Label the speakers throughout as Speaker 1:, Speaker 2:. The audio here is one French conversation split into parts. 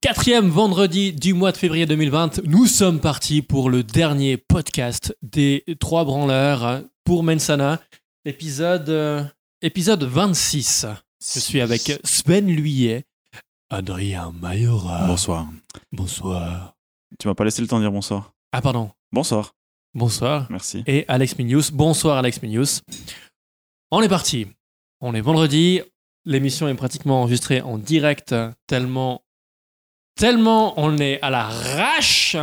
Speaker 1: Quatrième vendredi du mois de février 2020, nous sommes partis pour le dernier podcast des trois branleurs pour Mensana, épisode, euh, épisode 26. Je suis avec Sven Luyet, Adrien Mayora.
Speaker 2: Bonsoir.
Speaker 1: Bonsoir.
Speaker 2: Tu m'as pas laissé le temps de dire bonsoir.
Speaker 1: Ah pardon,
Speaker 2: Bonsoir.
Speaker 1: bonsoir.
Speaker 2: Merci.
Speaker 1: Et Alex Minius. Bonsoir Alex Minius. On est parti. On est vendredi. L'émission est pratiquement enregistrée en direct tellement tellement on est à l'arrache.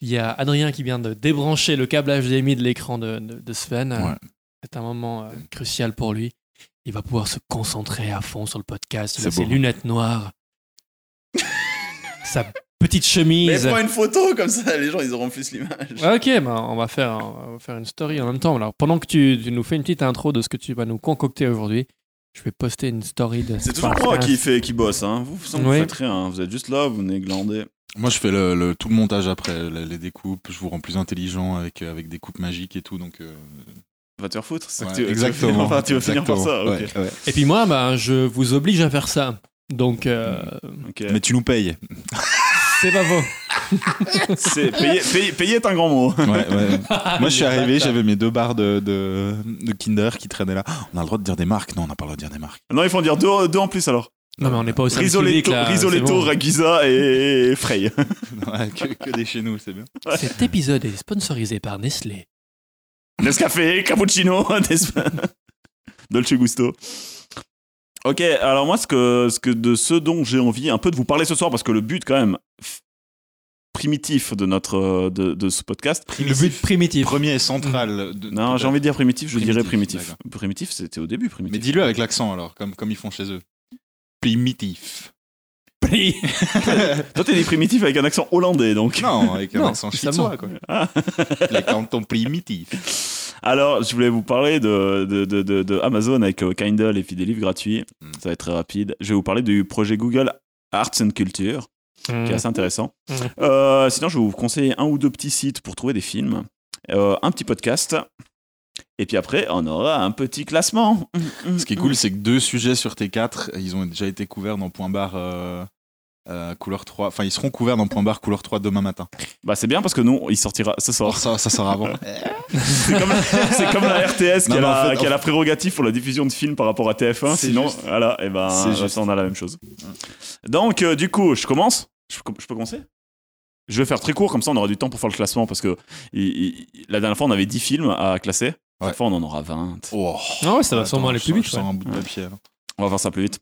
Speaker 1: Il y a Adrien qui vient de débrancher le câble HDMI de l'écran de, de- de Sven.
Speaker 2: Ouais.
Speaker 1: C'est un moment euh, crucial pour lui. Il va pouvoir se concentrer à fond sur le podcast. Il a
Speaker 2: C'est
Speaker 1: ses
Speaker 2: beau. hein.
Speaker 1: lunettes noires. sa petite chemise.
Speaker 3: une photo comme ça, les gens ils auront plus l'image.
Speaker 1: Ouais, Ok, bah, on, va faire, on va faire une story en même temps. Alors, pendant que tu, tu nous fais une petite intro de ce que tu vas nous concocter aujourd'hui, je vais poster une story de.
Speaker 3: C'est toujours
Speaker 1: Enfin,
Speaker 3: moi qui fait, qui bosse. Hein. Vous, vous, vous
Speaker 1: Oui.
Speaker 3: faites rien. hein. Vous êtes juste là, vous venez glander.
Speaker 2: Moi, je fais le, le- tout le montage après, le- les découpes. Je vous rends plus intelligent avec, euh, avec des coupes magiques et tout. Donc, euh,
Speaker 3: Va te faire foutre. c'est
Speaker 2: ouais,
Speaker 3: que tu- tu vas
Speaker 2: exactement.
Speaker 3: finir- enfin, tu vas finir par ça.
Speaker 2: Exactement,
Speaker 3: ok.
Speaker 2: ouais, ouais.
Speaker 1: Et puis moi, bah, je vous oblige à faire ça. Donc, euh,
Speaker 3: Ok.
Speaker 2: Mais tu nous payes.
Speaker 1: c'est pas faux.
Speaker 3: C'est payer, payer, payer est un grand mot.
Speaker 2: Ouais, ouais. Moi, je suis
Speaker 1: Les
Speaker 2: arrivé,
Speaker 1: bâtards.
Speaker 2: j'avais mes deux barres de, de, de Kinder qui traînaient là. On a le droit de dire des marques Non, on n'a pas le droit de dire des marques.
Speaker 3: Non, il faut en dire deux, deux en plus alors.
Speaker 1: Non, mais on n'est pas au service public,
Speaker 3: Risoletto,
Speaker 1: là,
Speaker 3: Risoletto
Speaker 1: c'est bon.
Speaker 3: Ragusa et, et Frey.
Speaker 2: Ouais, que, que des chez nous, c'est bien.
Speaker 1: Cet épisode est sponsorisé par Nestlé.
Speaker 3: Nescafé, cappuccino, n'est-ce pas Dolce Gusto. Ok, alors moi, ce que, ce que de ce dont j'ai envie un peu de vous parler ce soir, parce que le but quand même f- primitif de notre euh, de, de ce podcast,
Speaker 1: Le but primitif.
Speaker 2: Premier et central. de-
Speaker 3: non,
Speaker 2: de-
Speaker 3: j'ai envie de dire primitif, je
Speaker 2: Primitif,
Speaker 3: dirais primitif.
Speaker 2: d'accord.
Speaker 3: Primitif, c'était au début primitif.
Speaker 2: Mais dis-le avec l'accent alors, comme, comme ils font chez eux. Primitif.
Speaker 3: Toi, t'es des primitifs avec un accent hollandais, donc.
Speaker 2: Non, avec un
Speaker 1: Non,
Speaker 2: accent
Speaker 1: ça
Speaker 2: chinois,
Speaker 1: va.
Speaker 2: quoi.
Speaker 3: Ah.
Speaker 2: Les cantons primitifs.
Speaker 3: Alors, je voulais vous parler de, de, de, de- de Amazon avec euh, Kindle et puis des livres gratuits.
Speaker 2: Mm.
Speaker 3: Ça va être très rapide. Je vais vous parler du projet Google Arts and Culture. qui est assez intéressant.
Speaker 1: Mmh.
Speaker 3: Euh, sinon, je vais vous conseiller un ou deux petits sites pour trouver des films, euh, un petit podcast, et puis après, on aura un petit classement.
Speaker 2: Ce qui est cool, c'est que deux sujets sur T4, ils ont déjà été couverts dans Point Barre euh, euh, Couleur 3. Enfin, ils seront couverts dans Point Barre Couleur 3 demain matin.
Speaker 3: Bah, c'est bien parce que nous, il sortira ce
Speaker 2: Oh,
Speaker 3: soir.
Speaker 2: ça, ça sort avant.
Speaker 3: C'est comme, c'est comme la RTS qui,
Speaker 2: Non,
Speaker 3: a,
Speaker 2: mais en
Speaker 3: la-
Speaker 2: fait,
Speaker 3: qui a
Speaker 2: en
Speaker 3: la prérogative pour la diffusion de films par rapport à TF1.
Speaker 2: C'est
Speaker 3: Sinon,
Speaker 2: juste.
Speaker 3: voilà, et ben,
Speaker 2: C'est
Speaker 3: euh,
Speaker 2: juste.
Speaker 3: ça, on a la même chose. Donc, euh, du coup, je commence. Je, com- je peux commencer Je vais faire très court, comme ça, on aura du temps pour faire le classement parce que il- il- la dernière fois, on avait 10 films à classer.
Speaker 2: Ouais.
Speaker 3: Cette fois, on en aura 20.
Speaker 2: Oh.
Speaker 1: Ah ouais, ça va
Speaker 2: Attends,
Speaker 1: sûrement aller
Speaker 2: je
Speaker 1: plus
Speaker 2: sens-
Speaker 1: vite.
Speaker 2: Je sens un bout de papier. hein. là.
Speaker 3: On va faire ça plus vite.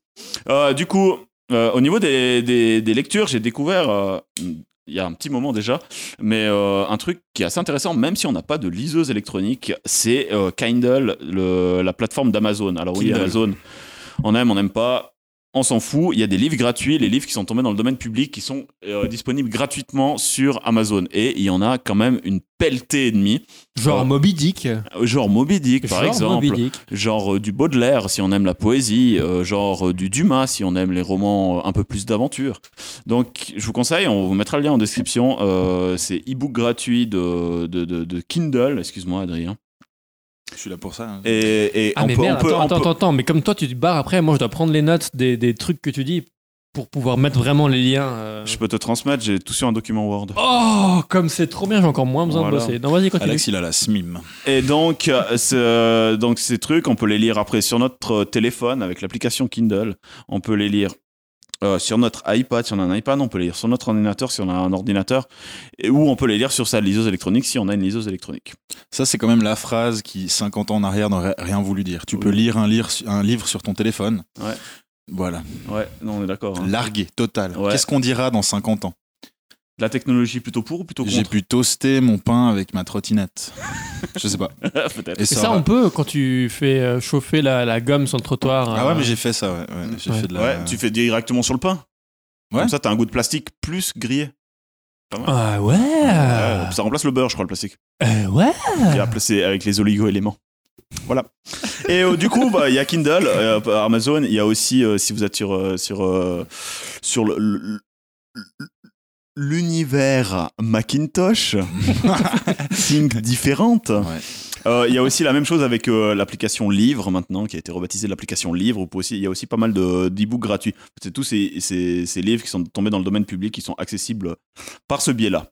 Speaker 3: Euh, du coup, euh, au niveau des, des- des lectures, j'ai découvert, euh, il y a un petit moment déjà, mais euh, un truc qui est assez intéressant, même si on n'a pas de liseuse électronique, c'est euh, Kindle, le- la plateforme d'Amazon. Alors oui,
Speaker 2: Kindle.
Speaker 3: Amazon, on aime, on n'aime pas. On s'en fout, il y a des livres gratuits, les livres qui sont tombés dans le domaine public, qui sont euh, disponibles gratuitement sur Amazon. Et il y en a quand même une pelletée et demie,
Speaker 1: ouais. Genre Moby Dick.
Speaker 3: genre Moby Dick par
Speaker 1: Genre
Speaker 3: exemple,
Speaker 1: Moby Dick.
Speaker 3: genre euh, du Baudelaire si on aime la poésie, euh, genre euh, du Dumas si on aime les romans euh, un peu plus d'aventure. Donc je vous conseille, on vous mettra le lien en description, euh, c'est e-book gratuit de, de, de- de Kindle, excuse-moi Adrien.
Speaker 2: Je suis là pour ça. hein.
Speaker 3: Et, et
Speaker 1: Ah,
Speaker 3: on
Speaker 1: mais
Speaker 3: peut...
Speaker 1: merde,
Speaker 3: on peut-
Speaker 1: attends,
Speaker 3: on
Speaker 1: attends,
Speaker 3: peut-
Speaker 1: attends, attends, mais comme toi tu te barres après, moi je dois prendre les notes des, des trucs que tu dis pour pouvoir mettre vraiment les liens. euh.
Speaker 3: Je peux te transmettre, j'ai tout sur un document Word.
Speaker 1: Oh, comme c'est trop bien, j'ai encore moins besoin de
Speaker 3: Voilà.
Speaker 1: bosser. Non, vas-y, continue.
Speaker 2: Alex, il a la smim.
Speaker 3: Et donc, euh, ce- euh, donc ces trucs, on peut les lire après sur notre euh, téléphone avec l'application Kindle. On peut les lire euh, sur notre iPad si on a un iPad. On peut les lire sur notre ordinateur si on a un ordinateur. Et, ou on peut les lire sur sa liseuse électronique si on a une liseuse électronique.
Speaker 2: Ça, c'est quand même la phrase qui, 50 ans en arrière, n'aurait rien voulu dire. Tu peux
Speaker 3: Oui.
Speaker 2: lire un, lire un livre sur ton téléphone.
Speaker 3: Ouais.
Speaker 2: Voilà.
Speaker 3: Ouais, non, on est d'accord. hein.
Speaker 2: Largué, total.
Speaker 3: Ouais.
Speaker 2: Qu'est-ce qu'on dira dans 50 ans
Speaker 3: La technologie plutôt pour ou plutôt
Speaker 2: J'ai
Speaker 3: contre
Speaker 2: pu toaster mon pain avec ma trottinette. je sais pas.
Speaker 3: Peut-être.
Speaker 2: Et
Speaker 1: Et
Speaker 2: ça,
Speaker 1: ça,
Speaker 2: aura-
Speaker 1: on peut quand tu fais euh, chauffer la, la gomme sur le trottoir.
Speaker 2: Ah ouais,
Speaker 1: euh,
Speaker 2: mais j'ai fait ça, ouais. ouais. J'ai
Speaker 1: Ouais.
Speaker 2: fait de la...
Speaker 3: Ouais, tu fais directement sur le pain.
Speaker 2: Ouais.
Speaker 3: Comme ça, t'as un goût de plastique plus grillé.
Speaker 1: Ah ouais.
Speaker 2: Ah.
Speaker 3: Ouais, ça remplace le beurre, je crois, le plastique.
Speaker 1: Euh, ouais.
Speaker 3: Il a placé avec les oligo-éléments. Voilà. Et euh, du coup, bah, il y a Kindle, euh, Amazon, il y a aussi, euh, si vous êtes sur, euh, sur, euh, sur le- le- le- l'univers Macintosh, think différente,
Speaker 2: Ouais.
Speaker 3: Euh, Il y a aussi la même chose avec euh, l'application Livre maintenant, qui a été rebaptisée l'application Livre. Vous pouvez aussi- Il y a aussi pas mal de- d'e-books gratuits. C'est tous ces, ces- ces livres qui sont tombés dans le domaine public, qui sont accessibles par ce biais-là.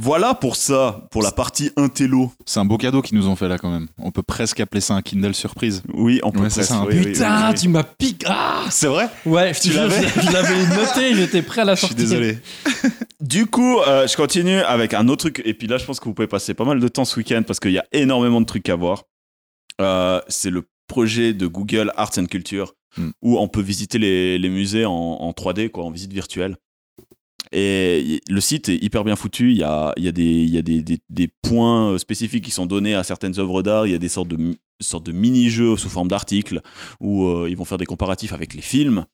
Speaker 3: Voilà pour ça, pour la partie intello.
Speaker 2: C'est un beau cadeau qu'ils nous ont fait là quand même. On peut presque appeler ça un Kindle surprise.
Speaker 3: Oui, on peut
Speaker 2: Ouais, c'est
Speaker 3: presque,
Speaker 2: ça,
Speaker 3: oui, oui, oui,
Speaker 1: Putain,
Speaker 3: oui.
Speaker 1: tu m'as piqué. Ah
Speaker 3: C'est vrai
Speaker 1: ouais, je te
Speaker 3: Tu
Speaker 1: jure,
Speaker 3: l'avais
Speaker 1: je je l'avais noté, j'étais prêt à la
Speaker 2: Je suis
Speaker 1: sortir.
Speaker 2: désolé.
Speaker 3: Du coup, euh, je continue avec un autre truc. Et puis là, je pense que vous pouvez passer pas mal de temps ce week-end parce qu'il y a énormément de trucs à voir. Euh, c'est le projet de Google Arts and Culture
Speaker 2: Mm.
Speaker 3: où on peut visiter les, les musées en, en 3D, quoi, en visite virtuelle. Et y- le site est hyper bien foutu. Il y a, il y a, des, il y a des, des- des points euh, spécifiques qui sont donnés à certaines œuvres d'art. Il y a des sortes de, mi- sortes de mini-jeux sous forme d'articles où euh, ils vont faire des comparatifs avec les films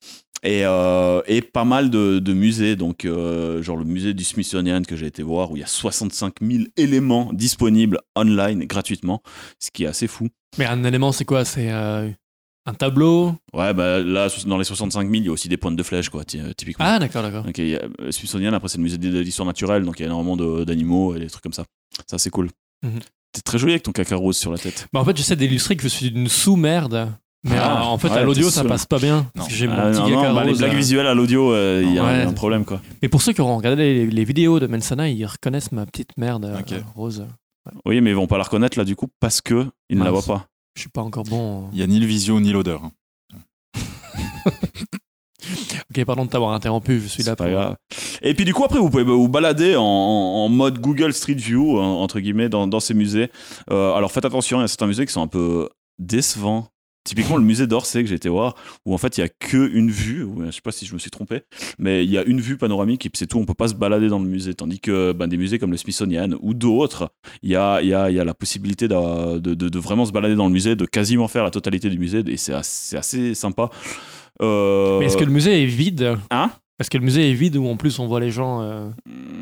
Speaker 3: et, euh, et pas mal de, de musées, donc euh, genre le musée du Smithsonian que j'ai été voir, où il y a 65 000 éléments disponibles online gratuitement, ce qui est assez fou.
Speaker 1: Mais un élément, c'est quoi C'est euh, un tableau
Speaker 3: Ouais, bah là, so- dans les 65 000, il y a aussi des pointes de flèches, quoi, ty- euh, typiquement.
Speaker 1: Ah, d'accord, d'accord.
Speaker 3: Donc, il y a, euh, Smithsonian, après, c'est le musée de de l'histoire naturelle, donc il y a énormément de- d'animaux et des trucs comme ça. Ça, c'est cool.
Speaker 1: Mhm.
Speaker 3: T'es très joli avec ton caca rose sur la tête.
Speaker 1: Bah, en fait, j'essaie d'illustrer que je suis une sous-merde. Mais
Speaker 3: Ah,
Speaker 1: euh, en fait, à
Speaker 3: ouais,
Speaker 1: l'audio,
Speaker 3: t'es
Speaker 1: ça
Speaker 3: saoul.
Speaker 1: passe pas bien.
Speaker 2: Non.
Speaker 1: Parce que j'ai mon
Speaker 3: Ah,
Speaker 1: petit
Speaker 3: non,
Speaker 1: caca
Speaker 3: non, bah, les
Speaker 1: rose,
Speaker 3: blagues
Speaker 1: là.
Speaker 3: visuelles à l'audio, euh, il y a
Speaker 1: Ouais,
Speaker 3: un- un
Speaker 1: c'est
Speaker 3: problème, quoi.
Speaker 1: Mais pour ceux qui auront regardé les, les vidéos de Mensana, ils reconnaissent ma petite merde euh,
Speaker 2: Ok.
Speaker 1: rose.
Speaker 3: Oui, mais ils vont pas la reconnaître, là, du coup, parce que ils ne la voient
Speaker 1: Mince.
Speaker 3: pas.
Speaker 1: Je suis pas encore bon.
Speaker 2: Il n'y a ni le visio ni l'odeur. hein.
Speaker 1: Ok, pardon de t'avoir interrompu, je suis
Speaker 3: C'est
Speaker 1: là
Speaker 3: pas
Speaker 1: pour-
Speaker 3: grave. Et puis du coup après vous pouvez vous balader en, en- en mode Google Street View en- entre guillemets dans, dans ces musées. Euh, alors faites attention, il y a certains musées qui sont un peu décevants. Typiquement le musée d'Orsay que j'ai été voir où en fait il y a que une vue, ou, euh, je sais pas si je me suis trompé, mais il y a une vue panoramique et puis c'est tout, on peut pas se balader dans le musée tandis que ben, des musées comme le Smithsonian ou d'autres, il y a, il y, a, il y a la possibilité d'a- de, de- de vraiment se balader dans le musée, de quasiment faire la totalité du musée et c'est assez, c'est assez sympa. Euh,
Speaker 1: Mais est-ce que le musée est vide
Speaker 3: Hein
Speaker 1: Est-ce que le musée est vide ou en plus on voit les gens euh,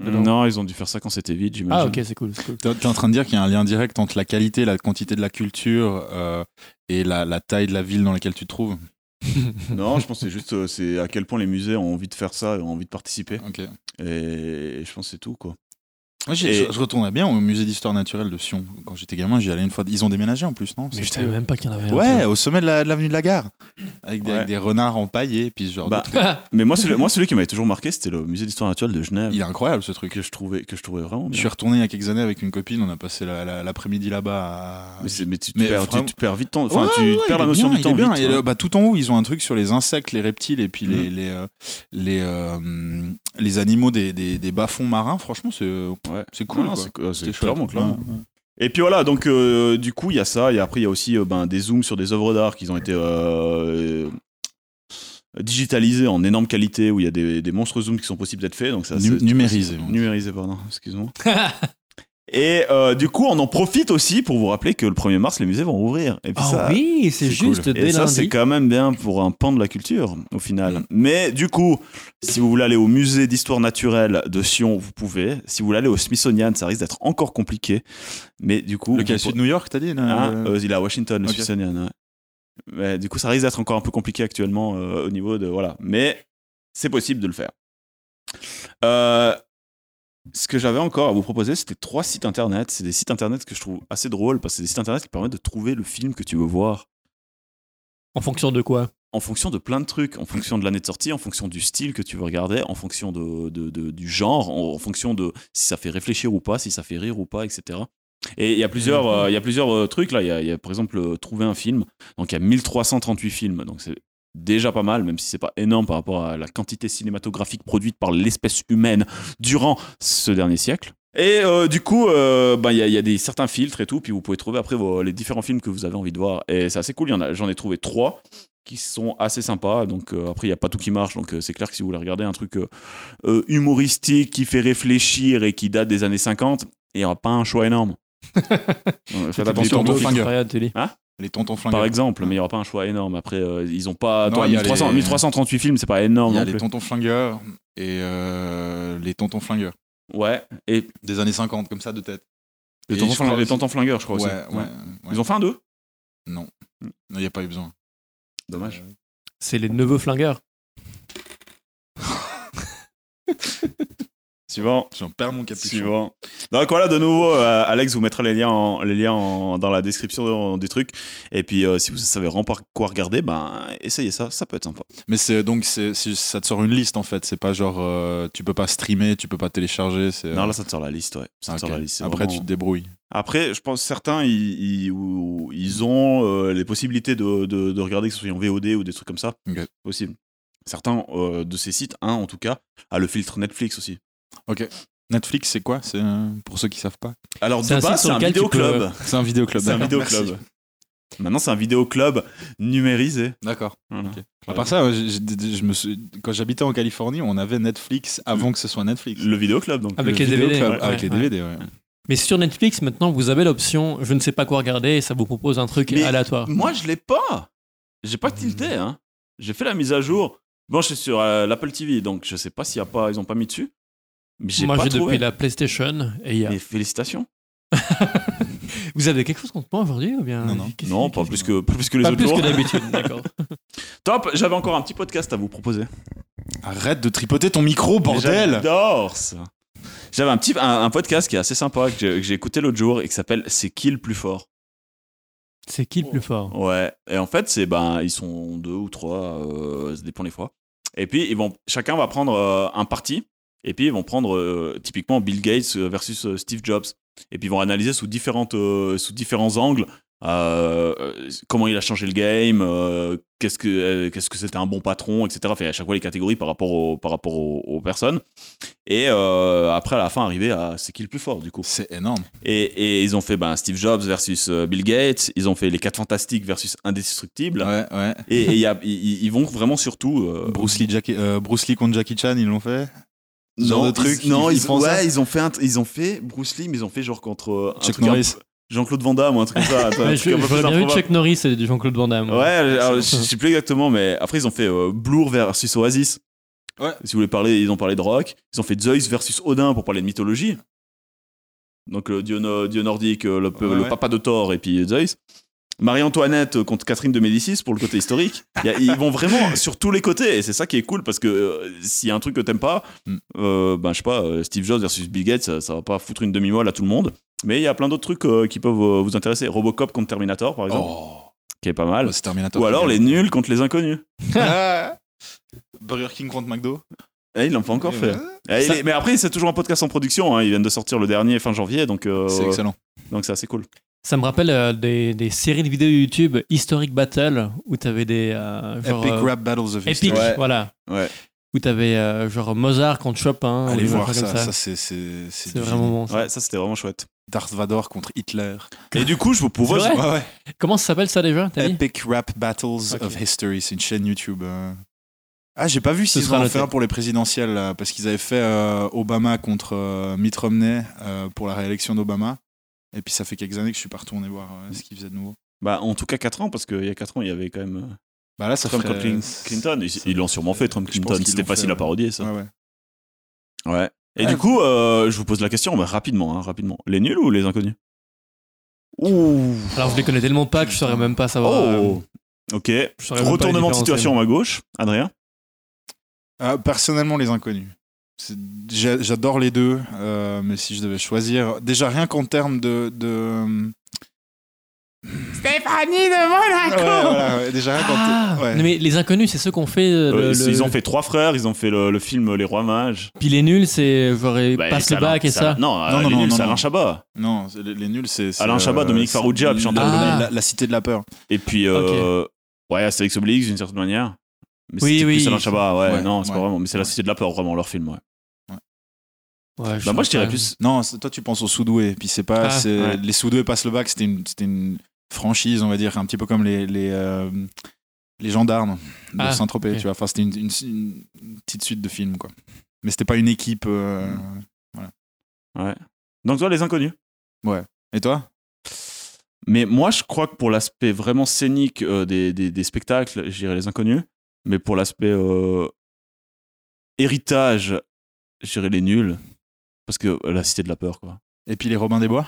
Speaker 1: dedans
Speaker 3: Non, ils ont dû faire ça quand c'était vide,
Speaker 1: Ah,
Speaker 3: j'imagine.
Speaker 1: ok, c'est cool. c'est cool.
Speaker 2: T'es t'es en train de dire qu'il y a un lien direct entre la qualité, la quantité de la culture euh, et la, la taille de la ville dans laquelle tu te trouves.
Speaker 3: Non, je pense que c'est juste euh, c'est à quel point les musées ont envie de faire ça, et ont envie de participer.
Speaker 2: Ok.
Speaker 3: Et je pense que c'est tout, quoi.
Speaker 2: Moi, j'y-
Speaker 3: Et-
Speaker 2: je, je retournais bien au musée d'histoire naturelle de Sion. Quand j'étais gamin, j'y allais une fois. Ils ont déménagé en plus, non
Speaker 1: Mais je
Speaker 2: C'était-
Speaker 1: savais même pas qu'il y en avait. un.
Speaker 2: Ouais, au sommet de la- de l'avenue de, la gare. Avec des,
Speaker 3: Ouais.
Speaker 2: avec des renards empaillés. Puis ce genre de
Speaker 3: Bah,
Speaker 2: truc.
Speaker 3: Mais moi, celui, moi, celui qui m'avait toujours marqué, c'était le musée d'histoire naturelle de Genève.
Speaker 2: Il est incroyable ce truc.
Speaker 3: Que je trouvais, que je trouvais vraiment
Speaker 2: Je
Speaker 3: bien.
Speaker 2: suis retourné il y a quelques années avec une copine. On a passé la- la- l'après-midi là-bas. à-
Speaker 3: Mais, c'est- mais tu, tu
Speaker 2: Mais
Speaker 3: perds,
Speaker 2: vraiment-
Speaker 3: tu- tu perds vite ton. Enfin,
Speaker 2: Ouais,
Speaker 3: tu
Speaker 2: ouais,
Speaker 3: perds
Speaker 2: il
Speaker 3: la
Speaker 2: est
Speaker 3: notion
Speaker 2: bien,
Speaker 3: du
Speaker 2: il
Speaker 3: temps
Speaker 2: est bien.
Speaker 3: vite. hein. Mm.
Speaker 2: Et,
Speaker 3: ouais.
Speaker 2: euh, bah, tout en haut, ils ont un truc sur les insectes, les reptiles et puis les, les, euh, les, euh, les animaux des, des, des bas-fonds marins. Franchement, c'est euh,
Speaker 3: Ouais.
Speaker 2: c'est cool.
Speaker 3: Non,
Speaker 2: quoi.
Speaker 3: c'est- euh,
Speaker 2: C'était
Speaker 3: c'est
Speaker 2: chouette.
Speaker 3: clairement, clairement. Et puis voilà, donc euh, du coup, il y a ça, et après, il y a aussi euh, ben, des zooms sur des œuvres d'art qui ont été euh, euh, digitalisées en énorme qualité, où il y a des, des monstres zooms qui sont possibles d'être faits. Donc ça,
Speaker 2: Nu-
Speaker 3: c'est-
Speaker 2: numérisé.
Speaker 3: Numérisé, pardon, excuse-moi. et euh, du coup, on en profite aussi pour vous rappeler que le 1er mars, les musées vont rouvrir. Et puis
Speaker 1: Ah
Speaker 3: ça,
Speaker 1: oui, c'est
Speaker 2: c'est
Speaker 1: juste
Speaker 2: cool.
Speaker 1: dès
Speaker 3: et ça, c'est
Speaker 1: lundi. Mm.
Speaker 3: quand même bien pour un pan de la culture, au final. Mais du coup, si vous voulez aller au musée d'histoire naturelle de Sion, vous pouvez. Si vous voulez aller au Smithsonian, ça risque d'être encore compliqué. Mais du coup,
Speaker 2: Lequel
Speaker 3: vous
Speaker 2: Celui
Speaker 3: pour-
Speaker 2: de New York, t'as dit là,
Speaker 1: Ah.
Speaker 3: Hein,
Speaker 2: euh,
Speaker 3: euh, il est à Washington, le
Speaker 2: ok.
Speaker 3: Smithsonian. ouais. Mais du coup, ça risque d'être encore un peu compliqué actuellement euh, au niveau de. Voilà. Mais c'est possible de le faire. Euh, ce que j'avais encore à vous proposer, c'était trois sites internet. C'est des sites internet que je trouve assez drôles parce que c'est des sites internet qui permettent de trouver le film que tu veux voir
Speaker 1: En fonction de quoi
Speaker 3: en fonction de plein de trucs, en fonction de l'année de sortie, en fonction du style que tu veux regarder, en fonction de, de- de- du genre, en, en fonction de si ça fait réfléchir ou pas, si ça fait rire ou pas, etc. Et il y a plusieurs, euh, il y a plusieurs euh, trucs là. Il y a, il y a, par exemple euh, trouver un film. Donc il y a 1338 films. Donc c'est déjà pas mal, même si c'est pas énorme par rapport à la quantité cinématographique produite par l'espèce humaine durant ce dernier siècle. Et euh, du coup, euh, ben, il y a, il y a des, certains filtres et tout, puis vous pouvez trouver après vos- les différents films que vous avez envie de voir. Et c'est assez cool, il y en a- j'en ai trouvé trois qui sont assez sympas. Donc euh, après, il n'y a pas tout qui marche, donc euh, c'est clair que si vous voulez regarder un truc euh, euh, humoristique qui fait réfléchir et qui date des années 50, il n'y aura pas un choix énorme. Euh, Faites
Speaker 2: Les
Speaker 3: attention,
Speaker 2: tontons
Speaker 3: donc,
Speaker 2: flingueurs.
Speaker 1: Période, tu dis.
Speaker 2: Les tontons
Speaker 3: par
Speaker 2: flingueurs.
Speaker 3: exemple, mais il n'y aura pas un choix énorme. Après, euh, ils n'ont pas.
Speaker 2: Non,
Speaker 3: toi,
Speaker 2: il y a
Speaker 3: 1300
Speaker 2: les-
Speaker 3: 1338 films, c'est pas énorme
Speaker 2: Il y a
Speaker 3: non
Speaker 2: les
Speaker 3: plus.
Speaker 2: tontons flingueurs et euh, les tontons flingueurs
Speaker 3: Ouais, et
Speaker 2: des années 50, comme ça de tête.
Speaker 3: les
Speaker 2: Et
Speaker 3: tontons
Speaker 2: je crois
Speaker 3: flingueurs, les
Speaker 2: aussi-
Speaker 3: tontons flingueurs, je crois
Speaker 2: ouais,
Speaker 3: aussi.
Speaker 2: ouais,
Speaker 3: Ouais.
Speaker 2: ouais.
Speaker 3: Ils ont fait un deux
Speaker 2: Non, il n'y a pas eu besoin. Euh,
Speaker 3: Dommage.
Speaker 1: C'est les neveux flingueurs.
Speaker 3: Suivant.
Speaker 2: J'en perds mon capuchon.
Speaker 3: Suivant. Donc voilà, de nouveau, euh, Alex vous mettra les liens, en- les liens en- dans la description du truc. Et puis, euh, si vous savez vraiment pas quoi regarder, ben essayez ça, ça peut être sympa.
Speaker 2: Mais c'est donc c'est- c'est- ça te sort une liste en fait. C'est pas genre euh, tu peux pas streamer, tu peux pas télécharger. c'est, euh,
Speaker 3: Non, là, ça te sort la liste, ouais. Ça te
Speaker 2: ok.
Speaker 3: sort la liste. c'est
Speaker 2: Après
Speaker 3: vraiment-
Speaker 2: tu te débrouilles.
Speaker 3: Après, je pense que certains, ils, ils- ou- ils ont euh, les possibilités de, de, de regarder que ce soit en VOD ou des trucs comme ça.
Speaker 2: Ok.
Speaker 3: C'est Possible. Certains euh, de ces sites, un en tout cas, a le filtre Netflix aussi.
Speaker 2: Netflix c'est quoi C'est euh, pour ceux qui savent pas.
Speaker 3: Alors
Speaker 1: C'est un
Speaker 3: de
Speaker 1: site
Speaker 3: base,
Speaker 1: sur
Speaker 3: c'est un
Speaker 1: lequel tu
Speaker 3: vidéoclub.
Speaker 1: peux-
Speaker 2: C'est un vidéoclub.
Speaker 3: C'est un
Speaker 2: d'accord.
Speaker 3: vidéoclub.
Speaker 2: Merci.
Speaker 3: Maintenant, c'est un vidéoclub numérisé.
Speaker 2: D'accord.
Speaker 3: Voilà.
Speaker 2: Ok. À part ça, ouais, j'ai- j'ai- je me suis- quand j'habitais en Californie, on avait Netflix avant que ce soit Netflix.
Speaker 3: Le vidéoclub, donc.
Speaker 1: Avec
Speaker 2: Le
Speaker 1: les DVD,
Speaker 2: vidéoclub,
Speaker 1: ouais,
Speaker 2: Avec les
Speaker 1: ouais.
Speaker 2: DVD. ouais.
Speaker 1: Mais sur Netflix, maintenant, vous avez l'option je ne sais pas quoi regarder et ça vous propose un truc
Speaker 3: Mais-
Speaker 1: aléatoire.
Speaker 3: Moi, je l'ai pas. J'ai pas tilté. Hein. J'ai fait la mise à jour. Bon, je suis sur euh, l'Apple TV, donc je sais pas s'il y a pas, ils ont pas mis dessus. Mais j'ai
Speaker 1: Moi,
Speaker 3: pas
Speaker 1: j'ai
Speaker 3: trouvé.
Speaker 1: depuis la PlayStation et il y a-
Speaker 3: Mais félicitations.
Speaker 1: Vous avez quelque chose contre moi aujourd'hui ou bien
Speaker 2: Non, non.
Speaker 1: Qu'est-ce
Speaker 3: Non,
Speaker 1: qui-
Speaker 3: pas plus que, plus que les
Speaker 1: Pas
Speaker 3: autres
Speaker 1: plus
Speaker 3: jours.
Speaker 1: que d'habitude, d'accord.
Speaker 3: Top, j'avais encore un petit podcast à vous proposer.
Speaker 2: Arrête de tripoter ton micro, bordel.
Speaker 3: J'adore ça. J'avais un petit un, un podcast qui est assez sympa que j'ai- que j'ai écouté l'autre jour et qui s'appelle C'est qui le plus fort
Speaker 1: C'est qui le plus fort
Speaker 3: Ouais. Et en fait, c'est ben ils sont deux ou trois, euh, ça dépend les fois. Et puis ils vont chacun va prendre euh, un parti. Et puis ils vont prendre euh, typiquement Bill Gates euh, versus euh, Steve Jobs. Et puis ils vont analyser sous différentes euh, sous différents angles euh, euh, comment il a changé le game, euh, qu'est-ce que euh, qu'est-ce que c'était un bon patron, etc. Enfin à chaque fois les catégories par rapport au- par rapport aux, aux personnes. Et euh, après à la fin arriver à c'est qui le plus fort du coup.
Speaker 2: C'est énorme.
Speaker 3: Et, et ils ont fait ben, Steve Jobs versus euh, Bill Gates, ils ont fait les 4 fantastiques versus indestructibles.
Speaker 2: Ouais, ouais.
Speaker 3: Et et il y a- ils- ils ils vont vraiment surtout. euh,
Speaker 2: Bruce Lee, Jackie- euh, Bruce Lee contre Jackie Chan, ils l'ont fait. ce genre de truc,
Speaker 3: ils, non,
Speaker 2: ils-
Speaker 3: ils,
Speaker 2: ils font
Speaker 3: ouais,
Speaker 2: ça
Speaker 3: ils ont fait un tr- ils ont fait Bruce Lee, mais ils ont fait genre contre euh, un
Speaker 2: Chuck
Speaker 3: truc un
Speaker 2: Norris.
Speaker 3: peu- Jean-Claude Van Damme ou un truc comme ça. un
Speaker 1: Mais
Speaker 3: truc
Speaker 1: je-
Speaker 3: un
Speaker 1: J'aurais
Speaker 3: peu plus
Speaker 1: bien vu
Speaker 3: improbable.
Speaker 1: Chuck Norris et du Jean-Claude Van Damme.
Speaker 3: Ouais, alors, je, je sais plus exactement, mais après ils ont fait euh, Blur versus Oasis.
Speaker 2: Ouais.
Speaker 3: Si vous voulez parler, ils ont parlé de rock. Ils ont fait Zeus versus Odin pour parler de mythologie. Donc le dieu, no- dieu nordique, euh, le, pe-
Speaker 2: Ouais,
Speaker 3: le
Speaker 2: ouais.
Speaker 3: papa de Thor et puis Zeus. Marie-Antoinette euh, contre Catherine de Médicis pour le côté historique. Il y a- ils vont vraiment sur tous les côtés et c'est ça qui est cool parce que euh, s'il y a un truc que t'aimes pas,
Speaker 2: Mm.
Speaker 3: euh, ben je sais pas, euh, Steve Jobs versus Bill Gates, ça, ça va pas foutre une demi-molle à tout le monde. Mais il y a plein d'autres trucs euh, qui peuvent euh, vous intéresser. Robocop contre Terminator par exemple,
Speaker 2: Oh,
Speaker 3: qui est pas mal.
Speaker 2: c'est Terminator.
Speaker 3: Ou alors les nuls contre les inconnus.
Speaker 2: Ah. Burger King contre McDo.
Speaker 3: Eh, ils l'ont pas encore
Speaker 2: Eh
Speaker 3: fait.
Speaker 2: ouais.
Speaker 3: Eh, il
Speaker 1: Ça-
Speaker 3: est- Mais après, c'est toujours un podcast en production. hein. Ils viennent de sortir le dernier fin janvier, donc euh,
Speaker 2: C'est excellent.
Speaker 3: donc c'est assez cool.
Speaker 1: Ça me rappelle euh, des, des séries de vidéos YouTube Historic Battle où t'avais des. euh, genre,
Speaker 2: Epic
Speaker 1: euh,
Speaker 2: Rap Battles of
Speaker 1: Epic,
Speaker 2: History.
Speaker 3: Ouais.
Speaker 1: voilà.
Speaker 3: Ouais.
Speaker 1: Où t'avais euh, genre Mozart contre Chopin. ou
Speaker 2: Allez
Speaker 1: des gens
Speaker 2: voir
Speaker 1: comme
Speaker 2: ça, ça, c'est c'est
Speaker 1: C'est
Speaker 2: du
Speaker 1: vraiment
Speaker 2: génie.
Speaker 1: bon. ça.
Speaker 3: Ouais, ça c'était vraiment chouette.
Speaker 2: Darth Vador contre Hitler.
Speaker 3: Et du coup, je vous propose.
Speaker 1: C'est vrai
Speaker 2: Ouais, ouais.
Speaker 1: Comment ça s'appelle ça déjà Ah t'as dit
Speaker 2: Epic Rap Battles
Speaker 1: Ok.
Speaker 2: of History, c'est une chaîne YouTube. euh. Ah, j'ai pas vu
Speaker 1: Ce
Speaker 2: s'ils
Speaker 1: sera
Speaker 2: en ont
Speaker 1: noté.
Speaker 2: fait un pour les présidentielles, là, parce qu'ils avaient fait euh, Obama contre euh, Mitt Romney euh, pour la réélection d'Obama. Et puis ça fait quelques années que je suis pas retourné voir euh, ce qu'ils faisaient de nouveau.
Speaker 3: Bah, en tout cas, 4 ans, parce qu'il y a 4 ans, il y avait quand même euh,
Speaker 2: Bah là, ça
Speaker 3: Trump
Speaker 2: ferait-
Speaker 3: contre Clin- Clinton. Ils- Ils l'ont sûrement fait, Trump
Speaker 2: Je pense
Speaker 3: Clinton.
Speaker 2: qu'ils
Speaker 3: C'était
Speaker 2: l'ont
Speaker 3: facile
Speaker 2: fait,
Speaker 3: à parodier, ça.
Speaker 2: Ouais, ouais.
Speaker 3: Ouais. Et
Speaker 2: Ouais.
Speaker 3: du coup, euh, je vous pose la question bah, rapidement, hein, rapidement. Les nuls ou les inconnus Ouh.
Speaker 1: Alors je les connais tellement pas que je saurais même pas savoir. euh,
Speaker 3: Oh. Ok.
Speaker 1: je saurais même pas les
Speaker 3: Retournement de
Speaker 1: différencer.
Speaker 3: situation à ma gauche, Adrien.
Speaker 2: Euh, personnellement, les inconnus. C'est- j'a- J'adore les deux, euh, mais si je devais choisir, déjà rien qu'en termes de, de... hmm.
Speaker 4: Stéphanie de Monaco
Speaker 2: Ouais, voilà, ouais, déjà rien qu'en
Speaker 1: Ah,
Speaker 2: ouais.
Speaker 1: mais les inconnus, c'est ceux qu'on fait. euh,
Speaker 3: Euh,
Speaker 1: le-
Speaker 3: ils-
Speaker 1: le-
Speaker 3: Ils ont fait trois frères. Ils ont fait le, le film Les Rois Mages.
Speaker 1: Puis les nuls, c'est genre ils
Speaker 3: Bah,
Speaker 1: passent le
Speaker 3: Alain-
Speaker 1: bac et
Speaker 3: c'est
Speaker 1: ça.
Speaker 3: Alain- Non, euh,
Speaker 2: non,
Speaker 3: les
Speaker 2: non,
Speaker 3: nuls,
Speaker 2: non,
Speaker 3: c'est
Speaker 2: non.
Speaker 3: Alain Chabat.
Speaker 2: Non, c'est- les, les nuls, c'est. c'est,
Speaker 3: Alain Chabat, Dominique
Speaker 2: c'est Ah.
Speaker 3: Farrugia, puis Chantal
Speaker 2: la,
Speaker 1: Goldman.
Speaker 2: la- la cité de la peur.
Speaker 3: Et puis, euh, ouais, Astérix Obélix d'une certaine manière. Mais
Speaker 1: Oui,
Speaker 3: c'était
Speaker 1: oui.
Speaker 3: plus Alain Chabat, ouais,
Speaker 2: Ouais,
Speaker 3: non, c'est pas
Speaker 2: ouais.
Speaker 3: vraiment. Mais c'est la Société de la Peur, vraiment, leur film, ouais.
Speaker 1: Ouais,
Speaker 3: Bah, moi,
Speaker 1: saurais
Speaker 3: je dirais
Speaker 1: pas.
Speaker 3: plus.
Speaker 2: Non, c'est- toi, tu penses aux Soudoués. Puis c'est pas.
Speaker 1: Ah,
Speaker 2: c'est-
Speaker 3: ouais.
Speaker 2: Les Soudoués passent le bac, c'était une, c'était une franchise, on va dire, un petit peu comme les, les, euh, les gendarmes de
Speaker 1: Ah,
Speaker 2: Saint-Tropez,
Speaker 1: ok.
Speaker 2: tu vois. Enfin, c'était une, une- une- une petite suite de films, quoi. Mais c'était pas une équipe. euh,
Speaker 1: Mm.
Speaker 3: Donc, toi, les inconnus.
Speaker 2: Et toi
Speaker 3: Mais moi, je crois que pour l'aspect vraiment scénique euh, des, des, des spectacles, je dirais les inconnus. Mais pour l'aspect euh, héritage, je dirais les nuls. Parce que euh, la Cité de la Peur, quoi.
Speaker 2: Et puis les Robins des Bois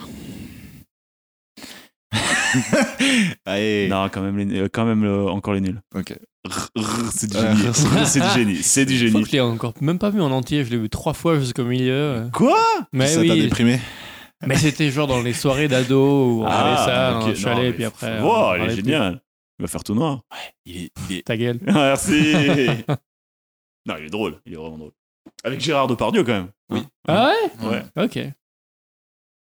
Speaker 2: Allez
Speaker 3: Non, quand même, les- euh, quand même euh, encore les nuls.
Speaker 2: Ok.
Speaker 3: Rrr, rrr, C'est du
Speaker 2: Euh,
Speaker 3: génie. C'est du génie. C'est du
Speaker 1: Je crois
Speaker 3: génie.
Speaker 1: que je l'ai encore même pas vu en entier, je l'ai vu trois fois jusqu'au milieu.
Speaker 3: Quoi
Speaker 1: Mais
Speaker 2: ça t'a
Speaker 1: oui,
Speaker 2: déprimé
Speaker 1: mais c'était genre dans les soirées d'ado où on regardait ça
Speaker 3: Ah, ok,
Speaker 1: dans un
Speaker 3: non,
Speaker 1: chalet,
Speaker 3: mais
Speaker 1: et puis après.
Speaker 3: faut voir,
Speaker 1: on
Speaker 3: il est
Speaker 1: parlait plus.
Speaker 3: génial. Il va faire tout noir.
Speaker 2: il est, il est-
Speaker 1: Ta gueule.
Speaker 3: Merci. non, il est drôle. Il est vraiment drôle. Avec Gérard Depardieu, quand même.
Speaker 1: Ah ouais
Speaker 3: Ouais.
Speaker 1: Ok.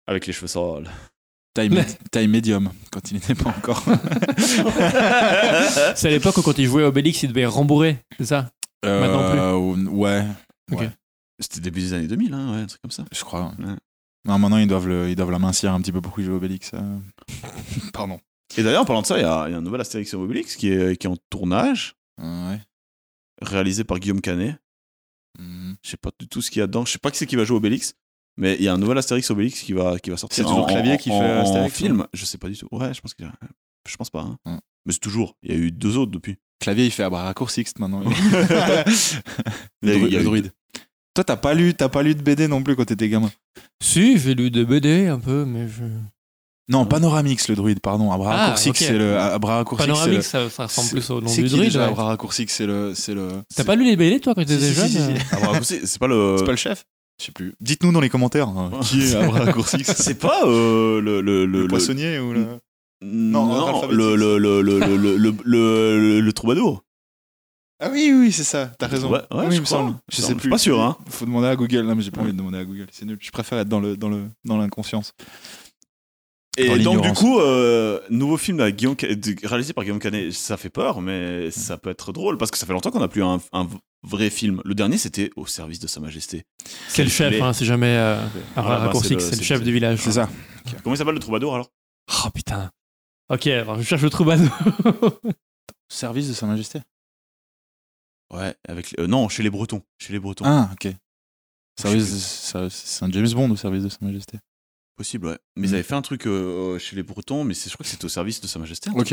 Speaker 3: Avec les cheveux sales.
Speaker 2: Time, time medium, quand il n'était pas encore.
Speaker 1: C'est à l'époque où quand il jouait à Obélix, il devait rembourrer, c'est ça Maintenant
Speaker 2: plus. Euh, Ouais,
Speaker 3: C'était début des années 2000, hein, ouais, un truc comme ça.
Speaker 2: je crois.
Speaker 3: Ouais.
Speaker 2: Non, maintenant, ils doivent, le, ils doivent l'amincir un petit peu pour qu'il joue Obélix. euh. Pardon.
Speaker 3: Et d'ailleurs, en parlant de ça, il y, a il y a un nouvel Astérix et Obélix qui est, qui est en tournage,
Speaker 2: Euh, ouais.
Speaker 3: réalisé par Guillaume Canet.
Speaker 2: Mhm.
Speaker 3: Je sais pas du tout ce qu'il y a dedans. Je sais pas qui c'est qui va jouer Obélix, mais il y a un nouvel Astérix Obélix qui va, qui va sortir.
Speaker 2: C'est toujours
Speaker 3: en-
Speaker 2: Clavier
Speaker 3: en-
Speaker 2: qui
Speaker 3: en-
Speaker 2: fait
Speaker 3: en
Speaker 2: Astérix,
Speaker 3: film. Je sais pas du tout. Ouais, je pense que je pense pas. hein.
Speaker 2: Ouais.
Speaker 3: Mais c'est toujours. Il y a eu deux autres depuis.
Speaker 2: Clavier, il fait à bras raccourcis maintenant.
Speaker 3: Il y a eu-
Speaker 2: Dru-
Speaker 3: il y a eu-
Speaker 2: le druide. Toi, t'as pas lu, t'as pas lu de BD non plus quand t'étais gamin.
Speaker 1: Si, j'ai lu des BD un peu, mais je.
Speaker 2: Non, Panoramix, le druide, pardon. Abra
Speaker 1: Ah,
Speaker 2: Raccourcix,
Speaker 1: ok.
Speaker 2: c'est le. Abra Raccourcix,
Speaker 1: Panoramique,
Speaker 2: c'est
Speaker 1: ça, ça ressemble
Speaker 2: c'est-
Speaker 1: plus au
Speaker 2: le.
Speaker 1: nom
Speaker 2: C'est
Speaker 1: du
Speaker 2: qui
Speaker 1: druide.
Speaker 2: déjà
Speaker 1: ouais.
Speaker 2: Abra Raccourcix, c'est le. C'est le.
Speaker 1: T'as pas lu les BD toi quand t'étais
Speaker 2: Si, si,
Speaker 1: jeune euh?
Speaker 2: si, si, si.
Speaker 3: Ah, bravo, c'est c'est pas le.
Speaker 2: C'est pas le chef Je sais plus. Dites-nous dans les commentaires hein, qui est Abra Raccourcix.
Speaker 3: C'est pas euh, le, le, le,
Speaker 2: Le
Speaker 3: le-
Speaker 2: poissonnier ou le.
Speaker 3: Non, non,
Speaker 2: l'alphabétique.
Speaker 3: le, le, le, le, le, le, le, le- le troubadour.
Speaker 2: Ah oui, oui, c'est ça, t'as raison.
Speaker 3: Ouais, ouais, je
Speaker 2: oui, il me
Speaker 3: crois.
Speaker 2: semble.
Speaker 3: Je suis pas sûr, hein.
Speaker 2: Faut demander à Google. Non, mais j'ai pas envie de demander à Google. C'est nul. Je préfère être dans le dans le dans l'inconscience. Dans
Speaker 3: Et donc, du
Speaker 2: l'ignorance.
Speaker 3: coup, euh, nouveau film avec Guillaume Ca- de- réalisé par Guillaume Canet, ça fait peur, mais ça peut être drôle parce que ça fait longtemps qu'on n'a plus un, un v- vrai film. Le dernier, c'était Au service de Sa Majesté.
Speaker 1: C'est le chef,
Speaker 3: Mais-
Speaker 1: hein, si jamais. euh, Abra
Speaker 3: Ah, bah,
Speaker 1: Raccourcix,
Speaker 3: c'est le-
Speaker 1: c'est le
Speaker 3: c'est-
Speaker 1: chef du village. hein.
Speaker 2: C'est ça.
Speaker 3: Comment il s'appelle le troubadour alors
Speaker 1: Oh putain. Ok, alors je cherche le troubadour.
Speaker 2: Service de Sa Majesté.
Speaker 3: Ouais, avec. les- euh, non, chez les Bretons. Chez les Bretons.
Speaker 2: Ah, ok. Service,
Speaker 3: Je
Speaker 2: de- ça- c'est un James Bond au service de Sa Majesté.
Speaker 3: Possible, ouais. Mais
Speaker 2: Mm.
Speaker 3: ils avaient fait un truc euh, euh, chez les Bretons, mais c'est- je crois que c'était au service de Sa Majesté.
Speaker 2: Ok.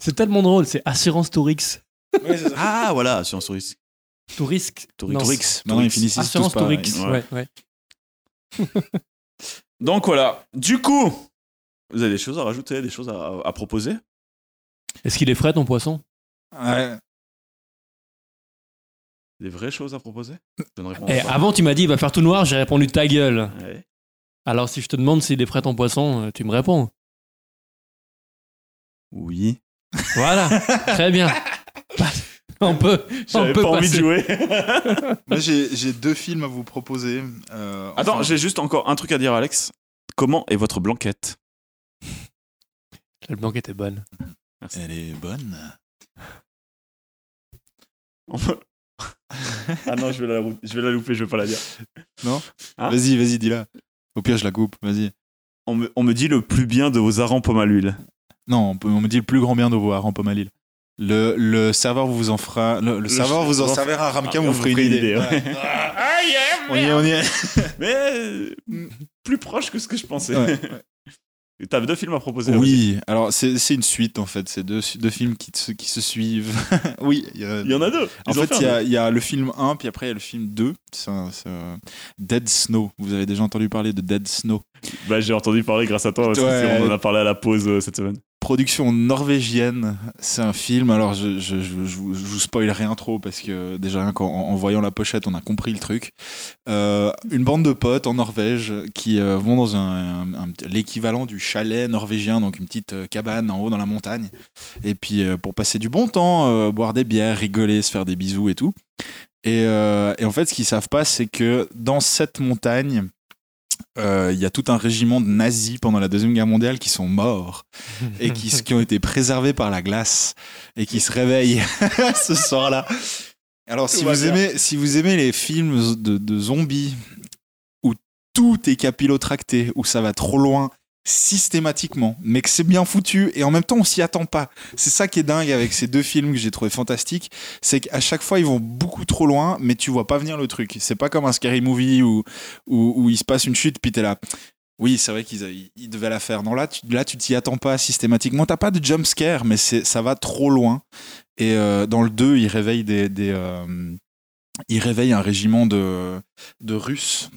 Speaker 1: c'est tellement drôle, c'est Assurance Tourix.
Speaker 3: Ah, voilà, Science Touriste.
Speaker 1: Tourix.
Speaker 3: Tourix.
Speaker 1: Non,
Speaker 2: Tourix. Non, ils finissent
Speaker 1: Assurance
Speaker 2: tous par-
Speaker 1: Tourix.
Speaker 3: ouais.
Speaker 1: Ouais, ouais.
Speaker 3: Donc voilà. Du coup, vous avez des choses à rajouter, des choses à, à proposer
Speaker 1: Est-ce qu'il est frais ton poisson
Speaker 2: Ouais.
Speaker 3: Des vraies choses à proposer Je ne réponds
Speaker 1: Eh,
Speaker 3: pas.
Speaker 1: Avant, tu m'as dit il va faire tout noir, j'ai répondu ta gueule.
Speaker 3: Ouais.
Speaker 1: Alors si je te demande s'il est frais ton poisson, euh, tu me réponds.
Speaker 3: Oui.
Speaker 1: Voilà, très bien. On peut, on
Speaker 3: J'avais
Speaker 1: peut
Speaker 3: pas envie de
Speaker 1: passer.
Speaker 3: jouer.
Speaker 2: Moi, j'ai j'ai deux films à vous proposer. Euh,
Speaker 3: Attends,
Speaker 2: enfin,
Speaker 3: j'ai juste encore un truc à dire, Alex. Comment est votre blanquette
Speaker 1: La blanquette est bonne.
Speaker 2: Elle est bonne.
Speaker 3: Ah non, je vais, la, rou- je vais la louper, je vais pas la dire. Ah.
Speaker 2: Vas-y, vas-y, dis-la. Au pire, je la coupe. Vas-y.
Speaker 3: On me, on me dit le plus bien de vos harengs pommes à l'huile.
Speaker 2: Non, on, peut- on me dit le plus grand bien de vos harengs pommes à Lille. Le, le serveur vous en fera. Le, le serveur vous en
Speaker 3: serveur-
Speaker 2: servira à Ramka,
Speaker 3: Ah,
Speaker 2: vous ferez une idée.
Speaker 3: ouais.
Speaker 2: Ouais.
Speaker 3: Aïe,
Speaker 2: On y est, on y est.
Speaker 3: Mais euh, plus proche que ce que je pensais.
Speaker 2: Ouais.
Speaker 3: T'as deux films à proposer. vas-y.
Speaker 2: Oui, alors c'est c'est une suite en fait, c'est deux, deux films qui, se- qui se suivent. oui, il y a-
Speaker 3: Il y en a deux.
Speaker 2: En
Speaker 3: Ils ont
Speaker 2: fait, il y,
Speaker 3: un
Speaker 2: a- il y a le film 1, puis après il y a le film 2. C'est un- c'est un- Dead Snow. Vous avez déjà entendu parler de Dead Snow.
Speaker 3: deux. Bah, j'ai entendu parler grâce à toi, parce
Speaker 2: Ouais.
Speaker 3: que c'est- on en a parlé à la pause euh, cette semaine.
Speaker 2: Production norvégienne, c'est un film. Alors je, je, je, je vous, je vous spoil rien trop parce que déjà rien qu'en en voyant la pochette, on a compris le truc. Euh, une bande de potes en Norvège qui euh, vont dans un, un- un- l'équivalent du chalet norvégien, donc une petite euh, cabane en haut dans la montagne. Et puis euh, pour passer du bon temps, euh, boire des bières, rigoler, se faire des bisous et tout. Et, euh, et en fait, ce qu'ils savent pas, c'est que dans cette montagne, euh, il y a tout un régiment de nazis pendant la Deuxième Guerre mondiale qui sont morts et qui, qui ont été préservés par la glace et qui se réveillent ce soir-là. Alors, si
Speaker 3: Tout va
Speaker 2: vous,
Speaker 3: bien.
Speaker 2: aimez, si vous aimez les films de, de zombies où tout est capillotracté, où ça va trop loin systématiquement, mais que c'est bien foutu et en même temps on s'y attend pas. C'est ça qui est dingue avec ces deux films que j'ai trouvé fantastiques, c'est qu'à chaque fois ils vont beaucoup trop loin, mais tu vois pas venir le truc. C'est pas comme un scary movie où, où, où il se passe une chute, puis t'es là. Oui, c'est vrai qu'ils a- ils- ils devaient la faire. Non, là, tu là, tu t'y attends pas systématiquement. T'as pas de jump scare, mais c'est- ça va trop loin. Et euh, dans le 2, ils réveillent des, des euh, ils réveillent un régiment de de Russes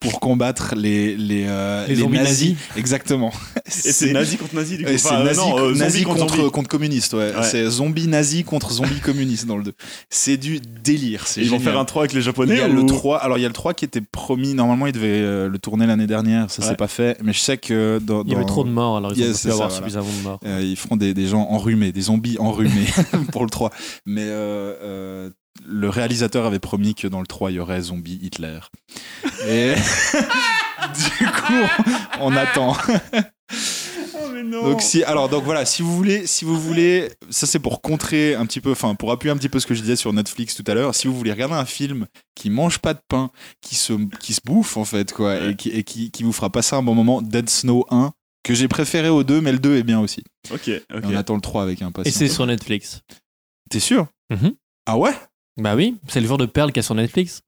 Speaker 2: pour combattre les les, euh,
Speaker 1: Les zombies
Speaker 2: nazis. Exactement.
Speaker 3: Et c'est nazi contre nazi, du coup.
Speaker 2: Ouais,
Speaker 3: Enfin,
Speaker 2: c'est
Speaker 3: euh,
Speaker 2: nazi,
Speaker 3: non, euh, zombie
Speaker 2: nazi
Speaker 3: contre
Speaker 2: contre,
Speaker 3: zombie.
Speaker 2: contre communiste, ouais.
Speaker 3: Ouais.
Speaker 2: C'est zombie nazi contre zombie communiste dans le 2. C'est du délire, c'est
Speaker 3: Ils vont
Speaker 2: génial.
Speaker 3: faire un 3 avec les
Speaker 2: Il
Speaker 3: japonais.
Speaker 2: y a
Speaker 3: ou-
Speaker 2: le 3, alors il y a le 3 qui était promis, normalement il devait euh, le tourner l'année dernière, ça s'est
Speaker 3: Ouais.
Speaker 2: pas fait, mais je sais que dans,
Speaker 1: Il y avait
Speaker 2: dans-
Speaker 1: trop de morts, alors ils
Speaker 2: Yes,
Speaker 1: ont pas
Speaker 2: c'est
Speaker 1: pu avoir
Speaker 2: ça, voilà.
Speaker 1: suffisamment de morts.
Speaker 2: euh, ils feront des, des gens enrhumés, des zombies enrhumés pour le 3. Mais euh, euh, le réalisateur avait promis que dans le 3, il y aurait zombie Hitler. Et du coup, on attend.
Speaker 3: Oh, mais non.
Speaker 2: Donc si, alors donc voilà, si vous voulez, si vous voulez, ça c'est pour contrer un petit peu, enfin pour appuyer un petit peu ce que je disais sur Netflix tout à l'heure. Si vous voulez regarder un film qui mange pas de pain, qui se, qui se bouffe en fait quoi, et qui, et qui, qui vous fera passer un bon moment, Dead Snow 1 que j'ai préféré au 2, mais le 2 est bien aussi.
Speaker 3: Ok, ok.
Speaker 2: Et On attend le 3 avec impatience.
Speaker 1: Et Bah, c'est sur Netflix.
Speaker 2: T'es sûr
Speaker 1: Mhm.
Speaker 2: Ah ouais
Speaker 1: Bah oui, c'est le genre de perle qu'il y a sur Netflix.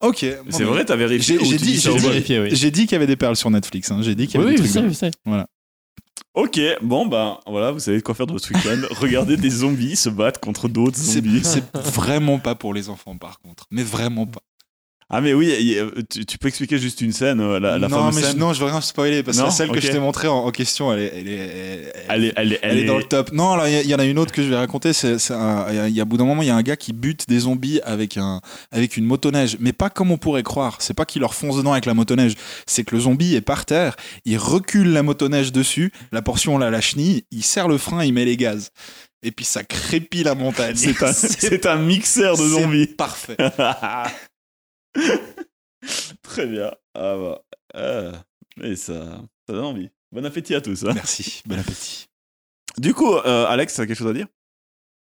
Speaker 2: Ok.
Speaker 3: C'est
Speaker 2: Bon,
Speaker 3: vrai, t'as vérifié.
Speaker 2: J'ai-
Speaker 3: ou
Speaker 2: j'ai
Speaker 3: tu
Speaker 2: dit-
Speaker 3: dis ça
Speaker 2: j'ai
Speaker 3: au
Speaker 1: J'ai
Speaker 2: dit-
Speaker 3: vol
Speaker 1: vérifié,
Speaker 2: mais-
Speaker 1: oui.
Speaker 2: J'ai dit qu'il y avait des perles sur Netflix. hein. J'ai dit qu'il y
Speaker 1: Oui,
Speaker 2: avait
Speaker 1: oui,
Speaker 2: des
Speaker 1: je
Speaker 2: trucs.
Speaker 1: sais,
Speaker 2: bien.
Speaker 1: je sais.
Speaker 3: Ok, bon bah voilà, vous savez quoi faire de votre week-end. Regardez des zombies se battre contre d'autres zombies.
Speaker 2: C'est c'est vraiment pas pour les enfants par contre. Mais vraiment pas.
Speaker 3: Ah mais oui, il y a- tu, tu peux expliquer juste une scène, euh, la, la
Speaker 2: non,
Speaker 3: fameuse
Speaker 2: mais je,
Speaker 3: scène.
Speaker 2: non, je veux rien spoiler parce
Speaker 3: Non
Speaker 2: que celle
Speaker 3: Ok.
Speaker 2: que je t'ai montrée en, en question, elle est, elle est, elle-
Speaker 3: Elle est, elle est,
Speaker 2: elle est dans le top. Non, alors il y a- il y, en a une autre que je vais raconter. C'est, c'est un- il y a- il y a, au bout d'un moment, il y a un gars qui bute des zombies avec un, avec une motoneige, mais pas comme on pourrait croire. C'est pas qu'il leur fonce dedans avec la motoneige. C'est que le zombie est par terre, il recule la motoneige dessus, la portion là, la chenille, il serre le frein, il met les gaz, et puis ça crépit la montagne.
Speaker 3: C'est un, c'est un mixeur de
Speaker 2: c'est
Speaker 3: zombies.
Speaker 2: Parfait.
Speaker 3: Très bien. Ah bah, euh, mais ça, ça donne envie. Bon appétit à tous. hein.
Speaker 2: Merci. Bon appétit.
Speaker 3: Du coup, euh, Alex, t'as quelque chose à dire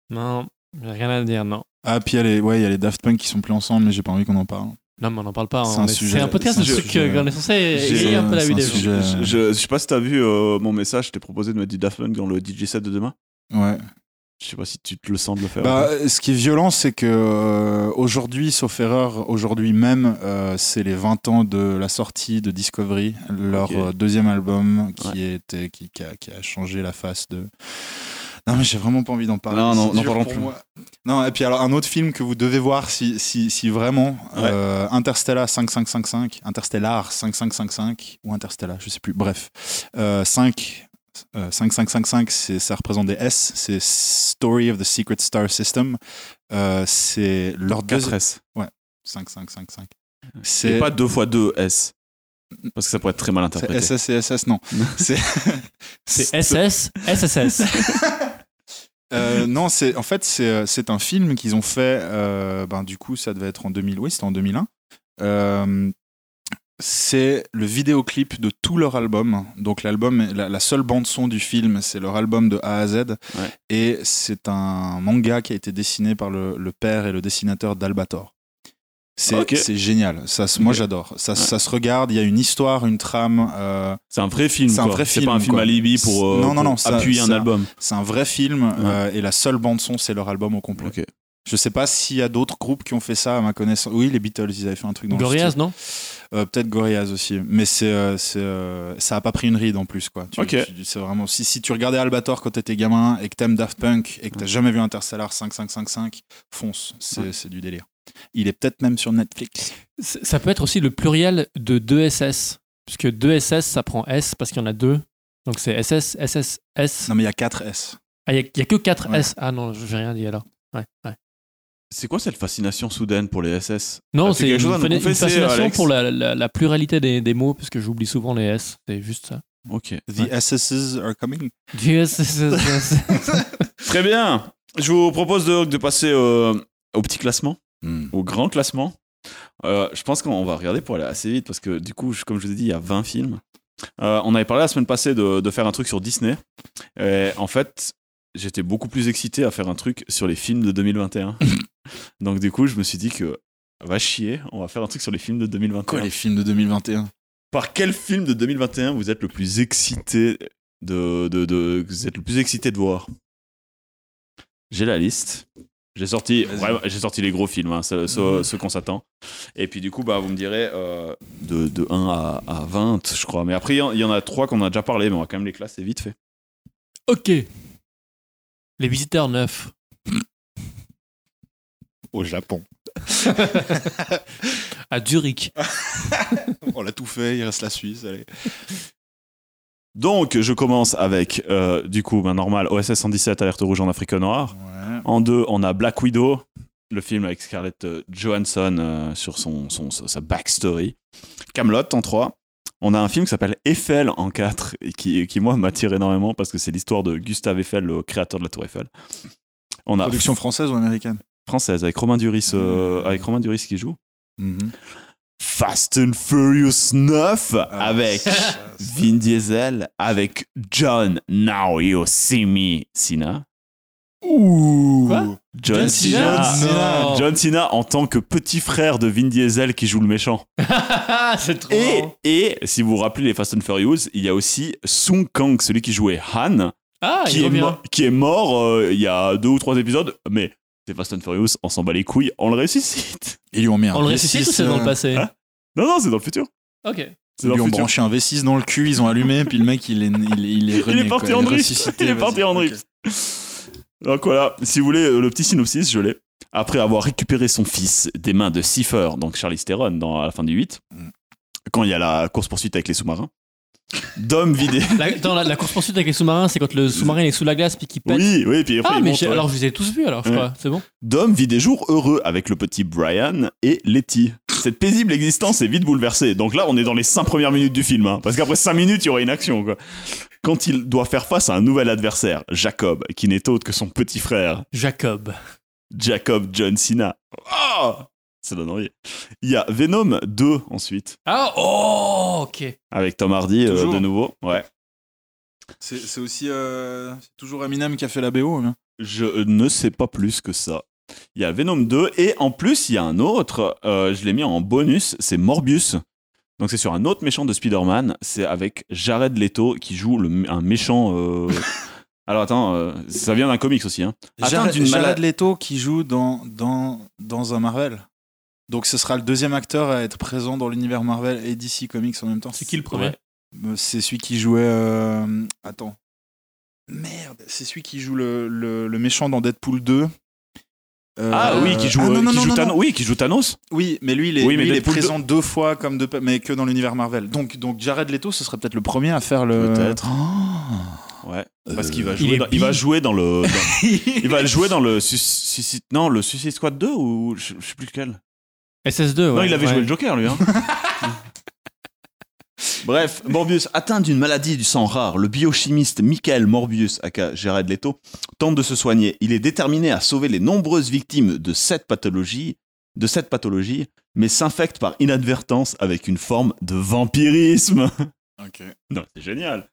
Speaker 1: Non, j'ai rien à dire, non.
Speaker 2: Ah puis il y a les, ouais, il y a les Daft Punk qui sont plus ensemble, mais j'ai pas envie qu'on en parle.
Speaker 1: Non, mais on n'en parle pas.
Speaker 2: C'est
Speaker 1: on
Speaker 2: un
Speaker 1: est-
Speaker 2: sujet-
Speaker 1: C'est un podcast,
Speaker 2: c'est un
Speaker 1: un truc
Speaker 2: sujet-
Speaker 1: euh, qu'on est censé
Speaker 3: J'ai-
Speaker 1: égayer un peu la
Speaker 2: c'est
Speaker 1: vie
Speaker 2: un
Speaker 1: des
Speaker 2: sujet-
Speaker 1: gens.
Speaker 2: Euh.
Speaker 3: je, je- je sais pas si t'as vu euh, mon message. Je t'ai proposé de mettre du Daft Punk dans le DJ set de demain.
Speaker 2: Ouais.
Speaker 3: Je sais pas si tu te le sens de le faire.
Speaker 2: Bah, euh, ce qui est violent, c'est que euh, aujourd'hui, sauf erreur, aujourd'hui même, euh, c'est les 20 ans de la sortie de Discovery, leur
Speaker 3: Ok.
Speaker 2: euh, deuxième album qui, était, qui, qui a, qui a changé la face de. Non, mais j'ai vraiment pas envie d'en parler.
Speaker 3: Non, non,
Speaker 2: C'est
Speaker 3: n'en
Speaker 2: dur
Speaker 3: parlons
Speaker 2: pour
Speaker 3: plus.
Speaker 2: moi. Non, et puis alors, un autre film que vous devez voir si, si, si vraiment
Speaker 3: Ouais.
Speaker 2: euh, Interstellar 5555, Interstellar 5555 ou Interstellar, je sais plus, bref. Euh, 5 euh, 5555, c'est- ça représente des S, c'est Story of the Secret Star System. Euh, c'est leur
Speaker 3: Quatre
Speaker 2: deuxième.
Speaker 3: S.
Speaker 2: 5555.
Speaker 3: Et
Speaker 2: C'est
Speaker 3: pas 2 fois 2 S. Parce que ça pourrait être très mal
Speaker 2: c'est
Speaker 3: interprété.
Speaker 2: SS et SS, non. c'est
Speaker 1: C'est SS, SSS.
Speaker 2: Euh, non, c'est en fait c'est euh, c'est un film qu'ils ont fait. euh, ben du coup, ça devait être en 2000. Oui, c'était en 2001. Euh, c'est le vidéoclip de tout leur album. Donc l'album, la, la seule bande son du film, c'est leur album de A à Z. Et c'est un manga qui a été dessiné par le, le père et le dessinateur d'Albator. C'est
Speaker 3: Ok.
Speaker 2: c'est génial. Ça, se- moi
Speaker 3: Ok.
Speaker 2: j'adore. Ça,
Speaker 3: Ouais.
Speaker 2: ça se regarde. Il y a une histoire, une trame. euh,
Speaker 3: C'est un vrai film.
Speaker 2: C'est un
Speaker 3: quoi.
Speaker 2: vrai
Speaker 3: C'est
Speaker 2: film,
Speaker 3: pas un film
Speaker 2: quoi.
Speaker 3: alibi pour, euh,
Speaker 2: Non, non,
Speaker 3: pour
Speaker 2: non, ça-
Speaker 3: appuyer un
Speaker 2: ça-
Speaker 3: album.
Speaker 2: c'est un vrai film euh, et la seule bande son, c'est leur album au complet.
Speaker 3: Ok.
Speaker 2: Je sais pas s'il y a d'autres groupes qui ont fait ça à ma connaissance. Oui, les Beatles, ils avaient fait un truc dans le
Speaker 1: Glorias,
Speaker 2: style.
Speaker 1: non
Speaker 2: Euh, Peut-être Gorillaz aussi. Mais c'est, euh, c'est, euh, ça a pas pris une ride en plus. Quoi. Tu-
Speaker 3: Ok.
Speaker 2: tu- c'est vraiment... si, si tu regardais Albator quand t'étais gamin et que t'aimes Daft Punk et que t'as jamais vu Interstellar 5555, fonce. C'est,
Speaker 3: Ouais.
Speaker 2: c'est du délire. Il est peut-être même sur Netflix.
Speaker 1: C- Ça peut être aussi le pluriel de 2SS. Puisque 2SS, ça prend S parce qu'il y en a deux. Donc c'est SS, SS, S.
Speaker 2: Non, mais il y a 4 S.
Speaker 1: Ah, il n'y a, il y a que 4
Speaker 2: Ouais.
Speaker 1: S. Ah non, je j'ai rien dit alors. Ouais, ouais.
Speaker 3: C'est quoi cette fascination soudaine pour les SS
Speaker 1: Non,
Speaker 3: As-tu
Speaker 1: c'est
Speaker 3: quelque
Speaker 1: une,
Speaker 3: chose à nous
Speaker 1: fana- une
Speaker 3: confesser,
Speaker 1: fascination
Speaker 3: Alex
Speaker 1: pour la, la- la pluralité des, des mots, parce que j'oublie souvent les S. C'est juste ça.
Speaker 3: Ok.
Speaker 2: The SS's are coming.
Speaker 1: DSSS.
Speaker 3: Très bien. Je vous propose de, de passer euh, au petit classement,
Speaker 2: Hmm.
Speaker 3: au grand classement. Euh, je pense qu'on va regarder pour aller assez vite parce que du coup, je- comme je vous ai dit, il y a 20 films. Euh, on avait parlé la semaine passée de, de faire un truc sur Disney. Et en fait, j'étais beaucoup plus excité à faire un truc sur les films de 2021. Donc du coup, je me suis dit que va chier, on va faire un truc sur les films de 2021.
Speaker 2: Quoi, les films de 2021
Speaker 3: Par quel film de 2021 vous êtes le plus excité de, de, de- que vous êtes le plus excité de voir J'ai la liste. J'ai sorti,
Speaker 2: Vas-y.
Speaker 3: vraiment, j'ai sorti les gros films, hein, ceux, ceux- ceux qu'on s'attend. Et puis du coup, bah, vous me direz euh, de, de 1 à, à 20, je crois. Mais après, il y en- il y, en a trois qu'on a déjà parlé, mais on va quand même les classer vite fait.
Speaker 1: ok. Les visiteurs neufs.
Speaker 2: Au Japon.
Speaker 1: à Zurich.
Speaker 2: On l'a Oh, tout fait, il reste la Suisse. Allez.
Speaker 3: Donc, je commence avec, euh, du coup, ben, normal, OSS 117, Alerte Rouge en Afrique Noire.
Speaker 2: Ouais.
Speaker 3: En deux, on a Black Widow, le film avec Scarlett euh, Johansson euh, sur son, son, sa sa backstory. Camelot en trois. On a un film qui s'appelle Eiffel en 4, et qui, qui moi, m'attire énormément parce que c'est l'histoire de Gustave Eiffel, le créateur de la Tour Eiffel. On a
Speaker 2: Production française ou américaine
Speaker 3: française avec Romain Duris, euh, avec Romain Duris qui joue. Fast and Furious 9
Speaker 2: Ah,
Speaker 3: avec Vin Diesel, avec John Now You See Me Cena.
Speaker 2: Ouh
Speaker 1: Quoi
Speaker 3: John
Speaker 1: John Cena.
Speaker 3: Cena.
Speaker 1: Non.
Speaker 3: John Cena en tant que petit frère de Vin Diesel qui joue le méchant.
Speaker 1: Ah, c'est trop.
Speaker 3: Et,
Speaker 1: marrant.
Speaker 3: et si vous vous rappelez les Fast and Furious, il y a aussi Sung Kang, celui qui jouait Han,
Speaker 1: Ah,
Speaker 3: qui,
Speaker 1: il
Speaker 3: est,
Speaker 1: revient.
Speaker 3: mo- qui est mort euh, il y a deux ou trois épisodes, mais c'est Fast and Furious, on s'en bat les couilles, on le ressuscite.
Speaker 2: Ils lui ont mis un
Speaker 1: On le
Speaker 2: V6,
Speaker 1: ressuscite ou c'est dans le
Speaker 2: euh,
Speaker 1: passé
Speaker 3: hein Non, non, c'est dans le futur.
Speaker 1: Ok.
Speaker 3: C'est
Speaker 2: Ils
Speaker 3: dans
Speaker 2: lui
Speaker 3: le
Speaker 2: ont
Speaker 3: futur.
Speaker 2: branché un V6 dans le cul, ils ont allumé, puis le mec, il est, il, est- il est
Speaker 3: Il
Speaker 2: rené,
Speaker 3: est parti
Speaker 2: quoi,
Speaker 3: en
Speaker 2: il est
Speaker 3: drift.
Speaker 2: ressuscité,
Speaker 3: Il est
Speaker 2: vas-y.
Speaker 3: parti en drift. Donc voilà, si vous voulez, euh, le petit synopsis, je l'ai. Après avoir récupéré son fils des mains de Cipher, donc Charlie Theron, dans, à la fin du 8,
Speaker 2: Mm.
Speaker 3: quand il y a la course-poursuite avec les sous-marins, Dom vidé.
Speaker 1: La, dans la, course poursuite avec les sous-marins, c'est quand le sous-marin est sous la glace puis qu'il pète.
Speaker 3: Oui, oui, puis après
Speaker 1: ah,
Speaker 3: il
Speaker 1: mais
Speaker 3: monte,
Speaker 1: j'ai-
Speaker 3: ouais.
Speaker 1: alors je vous ai tous vus alors, je
Speaker 3: Ouais.
Speaker 1: crois. C'est bon.
Speaker 3: Dom vit des jours heureux avec le petit Brian et Letty. Cette paisible existence est vite bouleversée. Donc là, on est dans les 5 premières minutes du film. hein. parce qu'après 5 minutes, il y aurait une action. Quoi. Quand il doit faire face à un nouvel adversaire, Jacob, qui n'est autre que son petit frère,
Speaker 1: Jacob.
Speaker 3: Jacob John Cena. Oh Ça donne envie. Il y a Venom 2 ensuite,
Speaker 1: Ah, oh, ok.
Speaker 3: avec Tom Hardy euh,
Speaker 2: Toujours.
Speaker 3: de nouveau. Ouais.
Speaker 2: C'est c'est aussi euh, c'est toujours Eminem qui a fait la BO. hein.
Speaker 3: Je ne sais pas plus que ça. Il y a Venom 2 et en plus, il y a un autre, euh, je l'ai mis en bonus, c'est Morbius. Donc c'est sur un autre méchant de Spider-Man, c'est avec Jared Leto qui joue le- un méchant... euh, Alors attends, euh, ça vient d'un comics aussi. Hein. Atteint
Speaker 2: Jared,
Speaker 3: d'une
Speaker 2: Jared
Speaker 3: malade-
Speaker 2: Leto qui joue dans, dans, dans un Marvel. Donc ce sera le deuxième acteur à être présent dans l'univers Marvel et DC Comics en même temps.
Speaker 1: C'est qui le premier
Speaker 3: Ouais.
Speaker 2: Euh, C'est celui qui jouait. euh, Attends. Merde, c'est celui qui joue le, le, le méchant dans Deadpool 2. Euh,
Speaker 3: Ah oui, qui joue,
Speaker 2: ah, non,
Speaker 3: euh,
Speaker 2: non,
Speaker 3: qui
Speaker 2: non,
Speaker 3: joue
Speaker 2: non,
Speaker 3: Thanos.
Speaker 2: non.
Speaker 3: Oui, qui joue Thanos.
Speaker 2: Oui, mais lui, il est,
Speaker 3: Oui, mais
Speaker 2: lui, il est
Speaker 3: Deadpool
Speaker 2: présent deux fois, comme de, mais que dans l'univers Marvel. Donc, donc Jared Leto, ce serait peut-être le premier à faire le.
Speaker 3: Peut-être.
Speaker 2: Oh.
Speaker 3: Ouais. Parce
Speaker 2: Euh,
Speaker 3: qu'il va
Speaker 1: il
Speaker 3: jouer,
Speaker 1: est
Speaker 3: dans, il va
Speaker 1: bi.
Speaker 3: jouer dans le. dans- il va le jouer dans le Sus- Suicide. Non, le Suicide Squad 2 ou je, je sais plus lequel.
Speaker 1: SS2, ouais.
Speaker 3: non, il avait
Speaker 1: ouais.
Speaker 3: joué le Joker lui. hein. Bref, Morbius, atteint d'une maladie du sang rare, le biochimiste Michael Morbius, aka Jared Leto, tente de se soigner. Il est déterminé à sauver les nombreuses victimes de cette pathologie, de cette pathologie, mais s'infecte par inadvertance avec une forme de vampirisme.
Speaker 2: Ok.
Speaker 3: Non, c'est génial.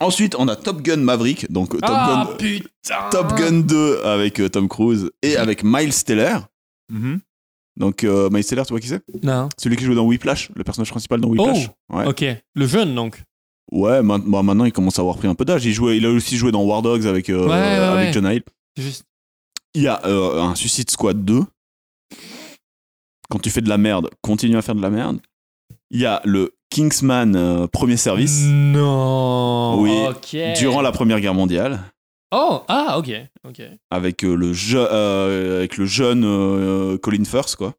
Speaker 3: Ensuite, on a Top Gun Maverick, donc Top
Speaker 1: Ah,
Speaker 3: Gun
Speaker 1: putain.
Speaker 3: Top Gun 2 avec euh, Tom Cruise et
Speaker 1: Mhm.
Speaker 3: avec Miles Teller.
Speaker 2: Mhm.
Speaker 3: Donc euh, Miles Teller, tu vois qui c'est
Speaker 1: Non.
Speaker 3: Celui qui joue dans Whiplash, le personnage principal dans Whiplash. ouais,
Speaker 1: Oh, Ok. Le jeune, donc.
Speaker 3: ouais ma- bah, maintenant il commence à avoir pris un peu d'âge. Il, jouait- il a aussi joué dans War Dogs avec, euh,
Speaker 1: Ouais, ouais,
Speaker 3: avec
Speaker 1: ouais.
Speaker 3: John Hill.
Speaker 1: C'est Juste...
Speaker 3: Il y a euh, un Suicide Squad 2. Quand tu fais de la merde, continue à faire de la merde. Il y a le Kingsman euh, Premier Service
Speaker 1: Non.
Speaker 3: Oui,
Speaker 1: Ok.
Speaker 3: durant la Première Guerre mondiale.
Speaker 1: Oh, ah, ok. Ok.
Speaker 3: Avec, euh, le, je- euh, avec le jeune euh, Colin Firth, quoi.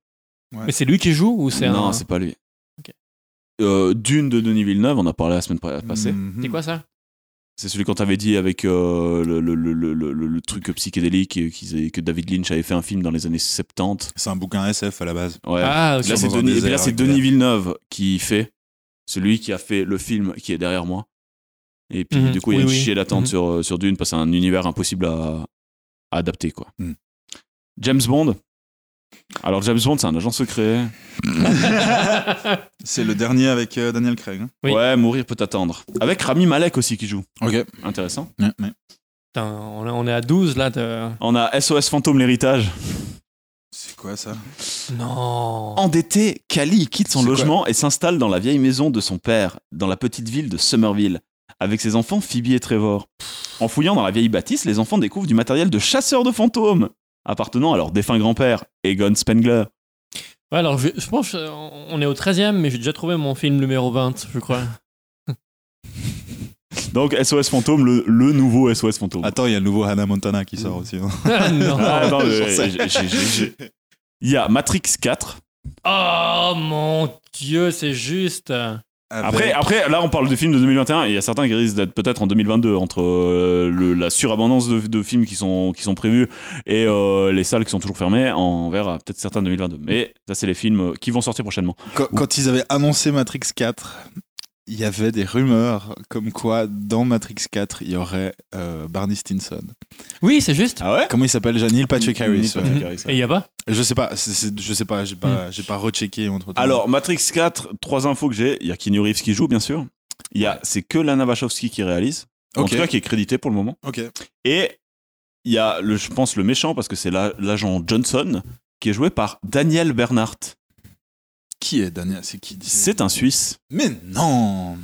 Speaker 1: Mais c'est lui qui joue ou c'est
Speaker 3: non,
Speaker 1: un.
Speaker 3: c'est pas lui.
Speaker 1: Ok. Hmm.
Speaker 3: Euh, Dune de Denis Villeneuve, on a parlé la semaine pa- passée.
Speaker 2: Mhm.
Speaker 1: C'est quoi ça
Speaker 3: C'est celui qu'on t'avait dit avec euh, le, le- le- le- le- le truc psychédélique et qu'ils avaient- que David Lynch avait fait un film dans les années 70.
Speaker 2: C'est un bouquin SF à la base.
Speaker 3: Ouais.
Speaker 1: Ah, ok.
Speaker 3: là, c'est
Speaker 2: Dans un
Speaker 3: Denis,
Speaker 2: désert,
Speaker 3: là, c'est
Speaker 2: avec
Speaker 3: Denis
Speaker 2: des-
Speaker 3: Villeneuve qui fait, celui qui a fait le film qui est derrière moi. Et puis,
Speaker 1: Mhm.
Speaker 3: du coup, il y a
Speaker 1: Oui,
Speaker 3: une
Speaker 1: oui.
Speaker 3: chier d'attente
Speaker 1: Mhm.
Speaker 3: sur, euh, sur Dune parce que c'est un univers impossible à, à adapter, quoi.
Speaker 2: Mhm.
Speaker 3: James Bond. Alors, James Bond, c'est un agent secret.
Speaker 2: C'est le dernier avec euh, Daniel Craig. hein.
Speaker 1: Oui.
Speaker 3: Ouais, mourir peut attendre. Avec Rami Malek aussi qui joue.
Speaker 2: Ok.
Speaker 3: Intéressant.
Speaker 2: Ouais, ouais.
Speaker 1: Putain, on est- on est à 12 là de.
Speaker 3: On a SOS Fantôme l'héritage.
Speaker 2: C'est quoi ça
Speaker 1: Non.
Speaker 3: Endetté, Cali quitte son
Speaker 2: C'est quoi
Speaker 3: logement et s'installe dans la vieille maison de son père, dans la petite ville de Somerville, avec ses enfants Phoebe et Trevor. En fouillant dans la vieille bâtisse, les enfants découvrent du matériel de chasseur de fantômes, appartenant à leur défunt grand-père, Egon Spengler.
Speaker 1: Ouais, alors je, je pense euh, on est au 13 e mais j'ai déjà trouvé mon film numéro 20, je crois.
Speaker 3: Donc SOS Fantôme, le, le nouveau SOS Fantôme.
Speaker 2: Attends, il y a le nouveau Hannah Montana qui sort aussi. hein.
Speaker 1: Ah, non.
Speaker 3: Ah, non,
Speaker 2: J'en
Speaker 3: euh,
Speaker 2: sais.
Speaker 3: j'ai- j'ai- j'ai- j'ai- Il y a Matrix 4,
Speaker 1: Oh mon dieu, c'est juste.
Speaker 3: Après, après, là, on parle de films de 2021. et Il y a certains qui risquent d'être peut-être en 2022 entre euh, le- la surabondance de, de films qui sont qui sont prévus et euh, les salles qui sont toujours fermées. On verra peut-être certains en 2022. Mais ça, c'est les films euh, qui vont sortir prochainement.
Speaker 2: Quand, quand ils avaient annoncé Matrix 4, il y avait des rumeurs comme quoi dans Matrix 4, il y aurait euh, Barney Stinson.
Speaker 1: Oui, c'est juste.
Speaker 3: Ah ouais Mmh,
Speaker 2: Comment il s'appelle Jeanine Patrick Harris. ouais.
Speaker 1: Mhm.
Speaker 3: Harris, ouais.
Speaker 1: Et il y a pas
Speaker 2: Je sais pas, c'est- c'est- je sais pas, j'ai pas, j'ai pas rechecké entre temps.
Speaker 3: Hmm. Alors, Matrix 4, trois infos que j'ai. Il y a Keanu Reeves qui joue, bien sûr. Il y a, c'est que Lana Wachowski qui réalise. En
Speaker 2: ok,
Speaker 3: tout cas, qui est crédité pour le moment.
Speaker 2: ok.
Speaker 3: Et il y a, le, je pense, le méchant, parce que c'est la- l'agent Johnson, qui est joué par Daniel Bernhardt.
Speaker 2: Qui est Daniel C'est qui dit
Speaker 3: C'est un Suisse.
Speaker 2: Mais non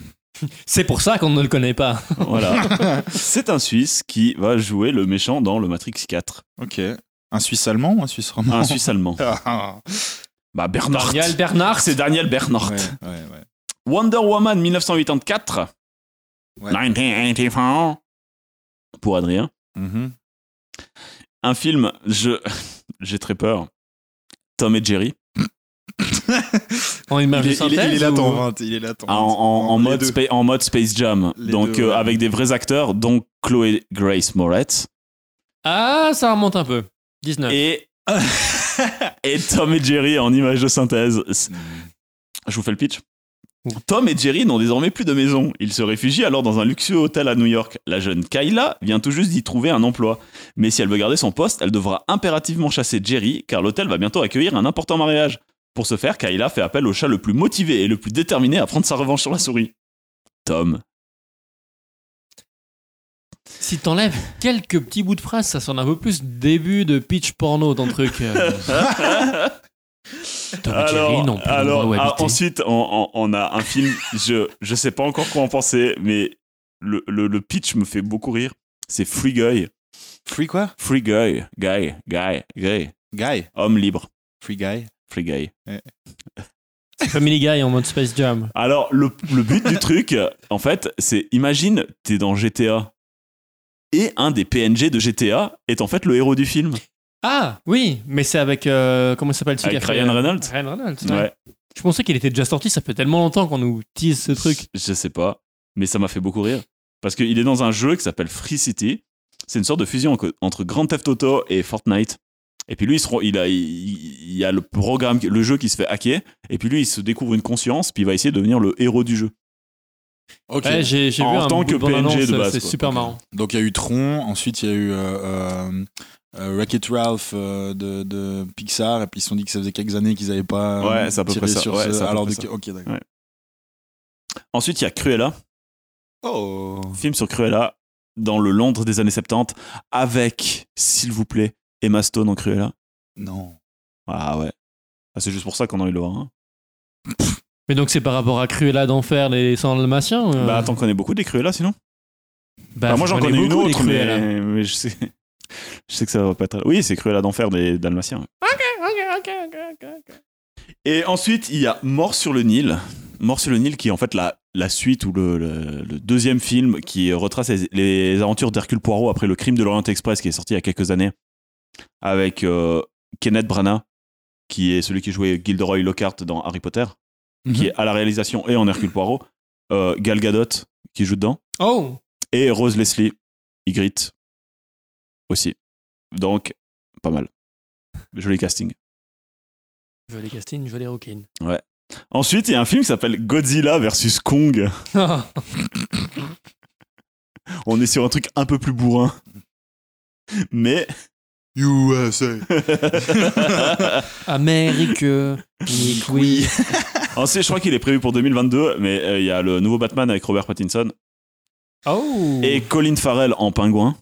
Speaker 1: C'est pour ça qu'on ne le connaît pas.
Speaker 3: Voilà. c'est un Suisse qui va jouer le méchant dans le Matrix 4.
Speaker 2: Ok. Un Suisse allemand ou un Suisse roman
Speaker 3: Un Suisse allemand.
Speaker 2: Ah.
Speaker 3: Bah, Bernhardt.
Speaker 1: Daniel Bernard.
Speaker 3: C'est Daniel Bernhardt.
Speaker 2: Ouais, ouais, ouais.
Speaker 3: Wonder Woman 1984.
Speaker 2: Ouais.
Speaker 3: 1984. Pour Adrien.
Speaker 2: Mhm.
Speaker 3: un film, je j'ai très peur. Tom et Jerry
Speaker 1: En image
Speaker 2: Il,
Speaker 1: de
Speaker 2: est, hein. il est- il est
Speaker 1: synthèse.
Speaker 2: là
Speaker 1: ou-
Speaker 2: ton vingt, il est là ton
Speaker 3: en, en-
Speaker 2: vingt.
Speaker 3: en
Speaker 2: Les
Speaker 3: mode
Speaker 2: deux.
Speaker 3: spa- en mode Space Jam,
Speaker 2: Les
Speaker 3: donc
Speaker 2: deux,
Speaker 3: euh,
Speaker 2: ouais.
Speaker 3: avec des vrais acteurs, dont Chloé Grace Moretz
Speaker 1: Ah, ça remonte un peu. 19.
Speaker 3: et et Tom et Jerry en image de synthèse. C'est-
Speaker 2: Hmm.
Speaker 3: Je vous fais le pitch. Tom et Jerry n'ont désormais plus de maison. Ils se réfugient alors dans un luxueux hôtel à New York. La jeune Kayla vient tout juste d'y trouver un emploi. Mais si elle veut garder son poste, elle devra impérativement chasser Jerry, car l'hôtel va bientôt accueillir un important mariage. Pour ce faire, Kayla fait appel au chat le plus motivé et le plus déterminé à prendre sa revanche sur la souris. Tom.
Speaker 1: Si t'enlèves quelques petits bouts de phrases, ça sonne un peu plus début de pitch porno dans le truc. euh. Tom et Ah, Jerry n'ont plus
Speaker 3: alors,
Speaker 1: d'endroit où
Speaker 3: ah,
Speaker 1: habiter.
Speaker 3: ensuite, on, on- on a un film. je je sais pas encore quoi en penser, mais le, le- le pitch me fait beaucoup rire. C'est Free Guy.
Speaker 2: Free quoi
Speaker 3: Free Guy, Guy, Guy, Guy.
Speaker 2: Guy.
Speaker 3: Homme libre.
Speaker 2: Free Guy.
Speaker 3: Free Guy.
Speaker 1: Family Guy en mode Space Jam.
Speaker 3: Alors, le, le but du truc, en fait, c'est imagine, t'es dans GTA. Et un des PNG de GTA est en fait le héros du film.
Speaker 1: Ah, oui, mais c'est avec. euh, comment il s'appelle celui
Speaker 3: Avec
Speaker 1: qui a fait-
Speaker 3: Ryan Reynolds.
Speaker 1: Ryan Reynolds, ouais.
Speaker 3: Ouais.
Speaker 1: Je pensais qu'il était déjà sorti, ça fait tellement longtemps qu'on nous tease ce truc.
Speaker 3: Je sais pas, mais ça m'a fait beaucoup rire. Parce qu'il est dans un jeu qui s'appelle Free City. C'est une sorte de fusion entre- entre Grand Theft Auto et Fortnite. Et puis lui, il, se rend- il, a, il, il y a le programme, le jeu qui se fait hacker. Et puis lui, il se découvre une conscience, puis il va essayer de devenir le héros du jeu.
Speaker 2: Ok.
Speaker 1: Ouais, j'ai j'ai vu
Speaker 3: En
Speaker 1: un
Speaker 3: tant
Speaker 1: bout
Speaker 3: que
Speaker 1: de bande-annonce,
Speaker 3: PNG de
Speaker 1: c'est-
Speaker 3: base,
Speaker 1: C'est
Speaker 3: quoi.
Speaker 1: super
Speaker 2: Ok.
Speaker 1: marrant.
Speaker 2: Donc il y a eu Tron, ensuite il y a eu euh, euh, euh, Wreck-It Ralph euh, de, de Pixar, et puis ils se sont dit que ça faisait quelques années qu'ils n'avaient pas euh,
Speaker 3: Ouais, c'est à peu
Speaker 2: tiré
Speaker 3: près ça.
Speaker 2: sur
Speaker 3: Ouais,
Speaker 2: ce-
Speaker 3: c'est à peu
Speaker 2: Alors,
Speaker 3: près
Speaker 2: de-
Speaker 3: ça.
Speaker 2: ok, d'accord.
Speaker 3: Ouais. Ensuite, il y a Cruella,
Speaker 2: Oh
Speaker 3: film sur Cruella, dans le Londres des années 70, avec, s'il vous plaît, Emma Stone en Cruella.
Speaker 2: Non.
Speaker 3: Ah ouais. Ah, c'est juste pour ça qu'on a eu le voir. hein.
Speaker 1: Mais donc c'est par rapport à Cruella d'enfer les sans dalmatiens ou, euh,
Speaker 3: Bah, t'en connais beaucoup des Cruella sinon
Speaker 1: bah,
Speaker 3: Bah, moi j'en
Speaker 1: je
Speaker 3: connais une
Speaker 1: beaucoup, les
Speaker 3: autre, mais,
Speaker 1: Cruella.
Speaker 3: mais je, sais, je sais que ça va pas être. Oui, c'est Cruella d'enfer des Dalmatiens. Et ensuite, il y a Mort sur le Nil. Mort sur le Nil, qui est en fait la, la suite ou le, le- le deuxième film qui retrace les, les aventures d'Hercule Poirot après le crime de l'Orient Express qui est sorti il y a quelques années avec euh, Kenneth Branagh, qui est celui qui jouait Gilderoy Lockhart dans Harry Potter, qui est à la réalisation et en Hercule Poirot. Euh, Gal Gadot, qui joue dedans
Speaker 1: Oh
Speaker 3: et Rose Leslie, Ygritte aussi. Donc, pas mal. Joli casting.
Speaker 1: Je les castings, je les rouquines.
Speaker 3: Ensuite, il y a un film qui s'appelle Godzilla versus Kong. On est sur un truc un peu plus bourrin. Mais.
Speaker 2: USA
Speaker 1: Amérique. Oui.
Speaker 3: Ensuite, je crois qu'il est prévu pour 2022, mais euh, il y a le nouveau Batman avec Robert Pattinson
Speaker 1: Oh
Speaker 3: et Colin Farrell en pingouin.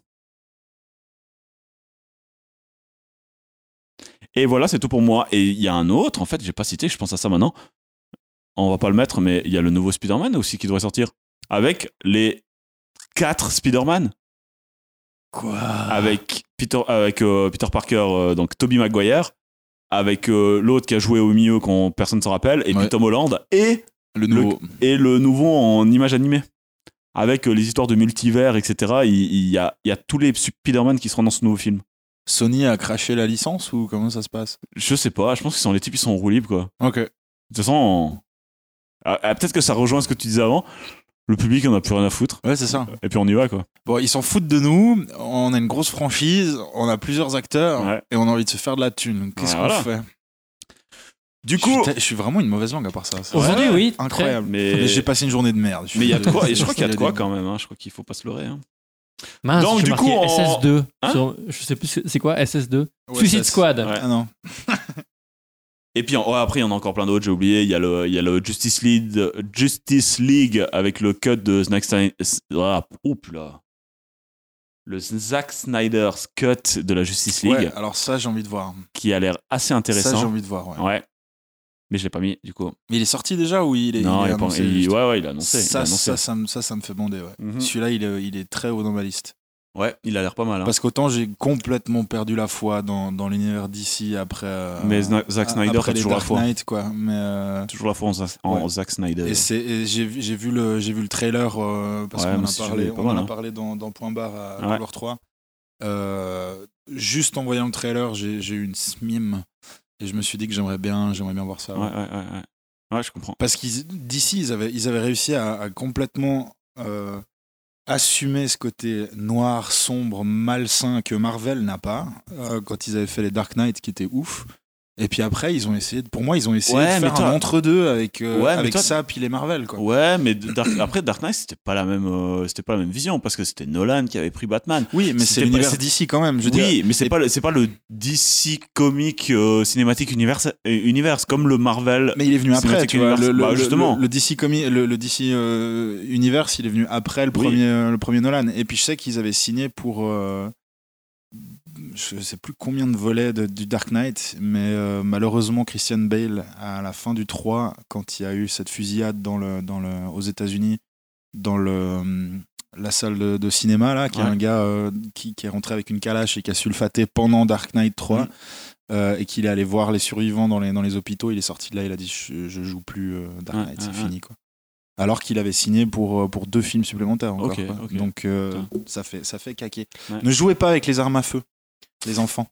Speaker 3: Et voilà, c'est tout pour moi. Et il y a un autre, en fait, j'ai pas cité, je pense à ça maintenant. On va pas le mettre, mais il y a le nouveau Spider-Man aussi qui devrait sortir. Avec les quatre Spider-Man.
Speaker 1: Quoi
Speaker 3: Ah. Avec Peter, avec, euh, Peter Parker, euh, donc Tobey Maguire. Avec euh, l'autre qui a joué au milieu, qu'on personne s'en rappelle. Et puis
Speaker 2: Ouais.
Speaker 3: Tom Holland. Et,
Speaker 2: Le nouveau.
Speaker 3: et le nouveau en image animée. Avec euh, les histoires de multivers, etc. Il il y, a, il y a tous les Spider-Man qui seront dans ce nouveau film.
Speaker 2: Sony a craché la licence ou comment ça se passe
Speaker 3: Je sais pas, je pense que sont les types, ils sont en roue libre, quoi.
Speaker 2: Ok.
Speaker 3: De toute façon, on- ah, ah, peut-être que ça rejoint ce que tu disais avant. Le public, on a plus rien à foutre.
Speaker 2: Ouais, c'est ça.
Speaker 3: Et puis on y va, quoi.
Speaker 2: Bon, ils s'en foutent de nous. On a une grosse franchise, on a plusieurs acteurs
Speaker 3: Ouais.
Speaker 2: et on a envie de se faire de la thune. Qu'est-ce
Speaker 3: Ouais,
Speaker 2: qu'on
Speaker 3: voilà.
Speaker 2: fait
Speaker 3: Du coup.
Speaker 2: je suis, je suis vraiment une mauvaise langue à part ça. C'est
Speaker 1: Aujourd'hui,
Speaker 3: Ouais,
Speaker 1: oui.
Speaker 2: incroyable.
Speaker 3: Mais
Speaker 2: Mais j'ai passé une journée de merde.
Speaker 3: mais il y a de quoi, et je
Speaker 2: C'est
Speaker 3: crois qu'il y a de quoi
Speaker 2: dégueu.
Speaker 3: quand même, hein. je crois qu'il faut pas se leurrer. hein.
Speaker 1: Très- Mince,
Speaker 3: Donc,
Speaker 1: je suis
Speaker 3: du
Speaker 1: marqué
Speaker 3: coup, on-
Speaker 1: SS2.
Speaker 3: Hein
Speaker 1: sur- je sais plus ce- c'est quoi SS2.
Speaker 2: Ouais,
Speaker 1: Suicide
Speaker 2: ça,
Speaker 1: Squad.
Speaker 2: c'est- Ah non.
Speaker 3: Et puis en- ouais, après, il y en a encore plein d'autres, j'ai oublié. Il y, a le, il y a le Justice League, Justice League avec le cut de Zack Snyder. Ah, oh, là. Le Zack Snyder's cut de la Justice League
Speaker 2: Ouais, alors ça, j'ai envie de voir.
Speaker 3: qui a l'air assez
Speaker 2: Ça, j'ai
Speaker 3: intéressant.
Speaker 2: envie de voir. ouais.
Speaker 3: ouais. Mais je l'ai pas mis du coup.
Speaker 2: Mais il est sorti déjà ou il est,
Speaker 3: non,
Speaker 2: il est
Speaker 3: il est pas-
Speaker 2: annoncé
Speaker 3: il-
Speaker 2: juste
Speaker 3: ouais, ouais, il a annoncé. il a
Speaker 2: ça,
Speaker 3: annoncé.
Speaker 2: ça, ça, me- ça, ça me fait bander. Ouais.
Speaker 3: Mhm.
Speaker 2: Celui-là, il est, il est très haut dans ma liste.
Speaker 3: Ouais, il a l'air pas mal. hein.
Speaker 2: Parce qu'autant j'ai complètement perdu la foi dans, dans l'univers d'ici après. euh,
Speaker 3: Mais Zna- Zack
Speaker 2: a-
Speaker 3: Snyder,
Speaker 2: après
Speaker 3: t'as
Speaker 2: les
Speaker 3: toujours la
Speaker 2: Dark
Speaker 3: foi. Euh.
Speaker 2: Knight, quoi. Mais, euh,
Speaker 3: Toujours la foi en, Zack- en
Speaker 2: Ouais.
Speaker 3: Zack Snyder.
Speaker 2: et c'est- et j'ai vu j'ai vu le j'ai vu le trailer euh, parce
Speaker 3: Ouais,
Speaker 2: qu'on
Speaker 3: moi
Speaker 2: en a
Speaker 3: aussi, je
Speaker 2: parlé
Speaker 3: l'ai pas
Speaker 2: on en
Speaker 3: mal,
Speaker 2: a
Speaker 3: hein.
Speaker 2: parlé dans, dans Point Barre à
Speaker 3: Ouais.
Speaker 2: Color 3. Euh, juste en voyant le trailer, j'ai j'ai eu une smime et je me suis dit que j'aimerais bien j'aimerais bien voir ça.
Speaker 3: Ouais, ouais, ouais, ouais. Ouais, je comprends.
Speaker 2: Parce qu'ils d'ici ils avaient ils avaient réussi à, à complètement euh, assumer ce côté noir, sombre, malsain que Marvel n'a pas euh, quand ils avaient fait les Dark Knight qui étaient ouf. Et puis après ils ont essayé de- pour moi ils ont essayé
Speaker 3: Ouais,
Speaker 2: de
Speaker 3: mais
Speaker 2: faire
Speaker 3: toi-
Speaker 2: un entre deux avec euh,
Speaker 3: Ouais, mais
Speaker 2: avec
Speaker 3: toi-
Speaker 2: ça puis les Marvel quoi.
Speaker 3: Ouais, mais Dark- après Dark Knight, c'était pas la même, euh, c'était pas la même vision parce que c'était Nolan qui avait pris Batman.
Speaker 2: Oui, mais
Speaker 3: C'était
Speaker 2: c'est
Speaker 3: pas-
Speaker 2: l'univers
Speaker 3: c'est-
Speaker 2: d'ici quand même. Je veux
Speaker 3: oui,
Speaker 2: dire,
Speaker 3: mais c'est
Speaker 2: et-
Speaker 3: pas le, c'est pas le DC comique euh, cinématique universe, euh, universe comme le Marvel.
Speaker 2: mais il est venu
Speaker 3: c'est
Speaker 2: après,
Speaker 3: Mathieu
Speaker 2: tu vois.
Speaker 3: Universe.
Speaker 2: Le, le-
Speaker 3: Bah,
Speaker 2: le-
Speaker 3: justement.
Speaker 2: le, DC comi- le, le DC euh, Universe, il est venu après le
Speaker 3: Oui.
Speaker 2: premier, euh, le premier Nolan. Et puis je sais qu'ils avaient signé pour, euh, je sais plus combien de volets de- du Dark Knight, mais euh, malheureusement Christian Bale à la fin du 3, quand il y a eu cette fusillade dans le, dans le, aux États-Unis, dans le hum, la salle de, de cinéma là, qui est
Speaker 3: Ouais.
Speaker 2: un gars euh, qui, qui est rentré avec une calache et qui a sulfaté pendant Dark Knight 3
Speaker 3: Mm.
Speaker 2: euh, et qu'il est allé voir les survivants dans les, dans les hôpitaux, il est sorti de là, il a dit je, je joue plus euh,
Speaker 3: Ouais,
Speaker 2: Dark Knight,
Speaker 3: ouais,
Speaker 2: c'est
Speaker 3: ouais.
Speaker 2: fini quoi. Alors qu'il avait signé pour, euh, pour deux films supplémentaires encore.
Speaker 3: Ok,
Speaker 2: quoi.
Speaker 3: ok.
Speaker 2: Donc euh,
Speaker 3: Putain.
Speaker 2: ça fait ça fait caquer.
Speaker 3: Ouais.
Speaker 2: Ne jouez pas avec les armes à feu, les enfants.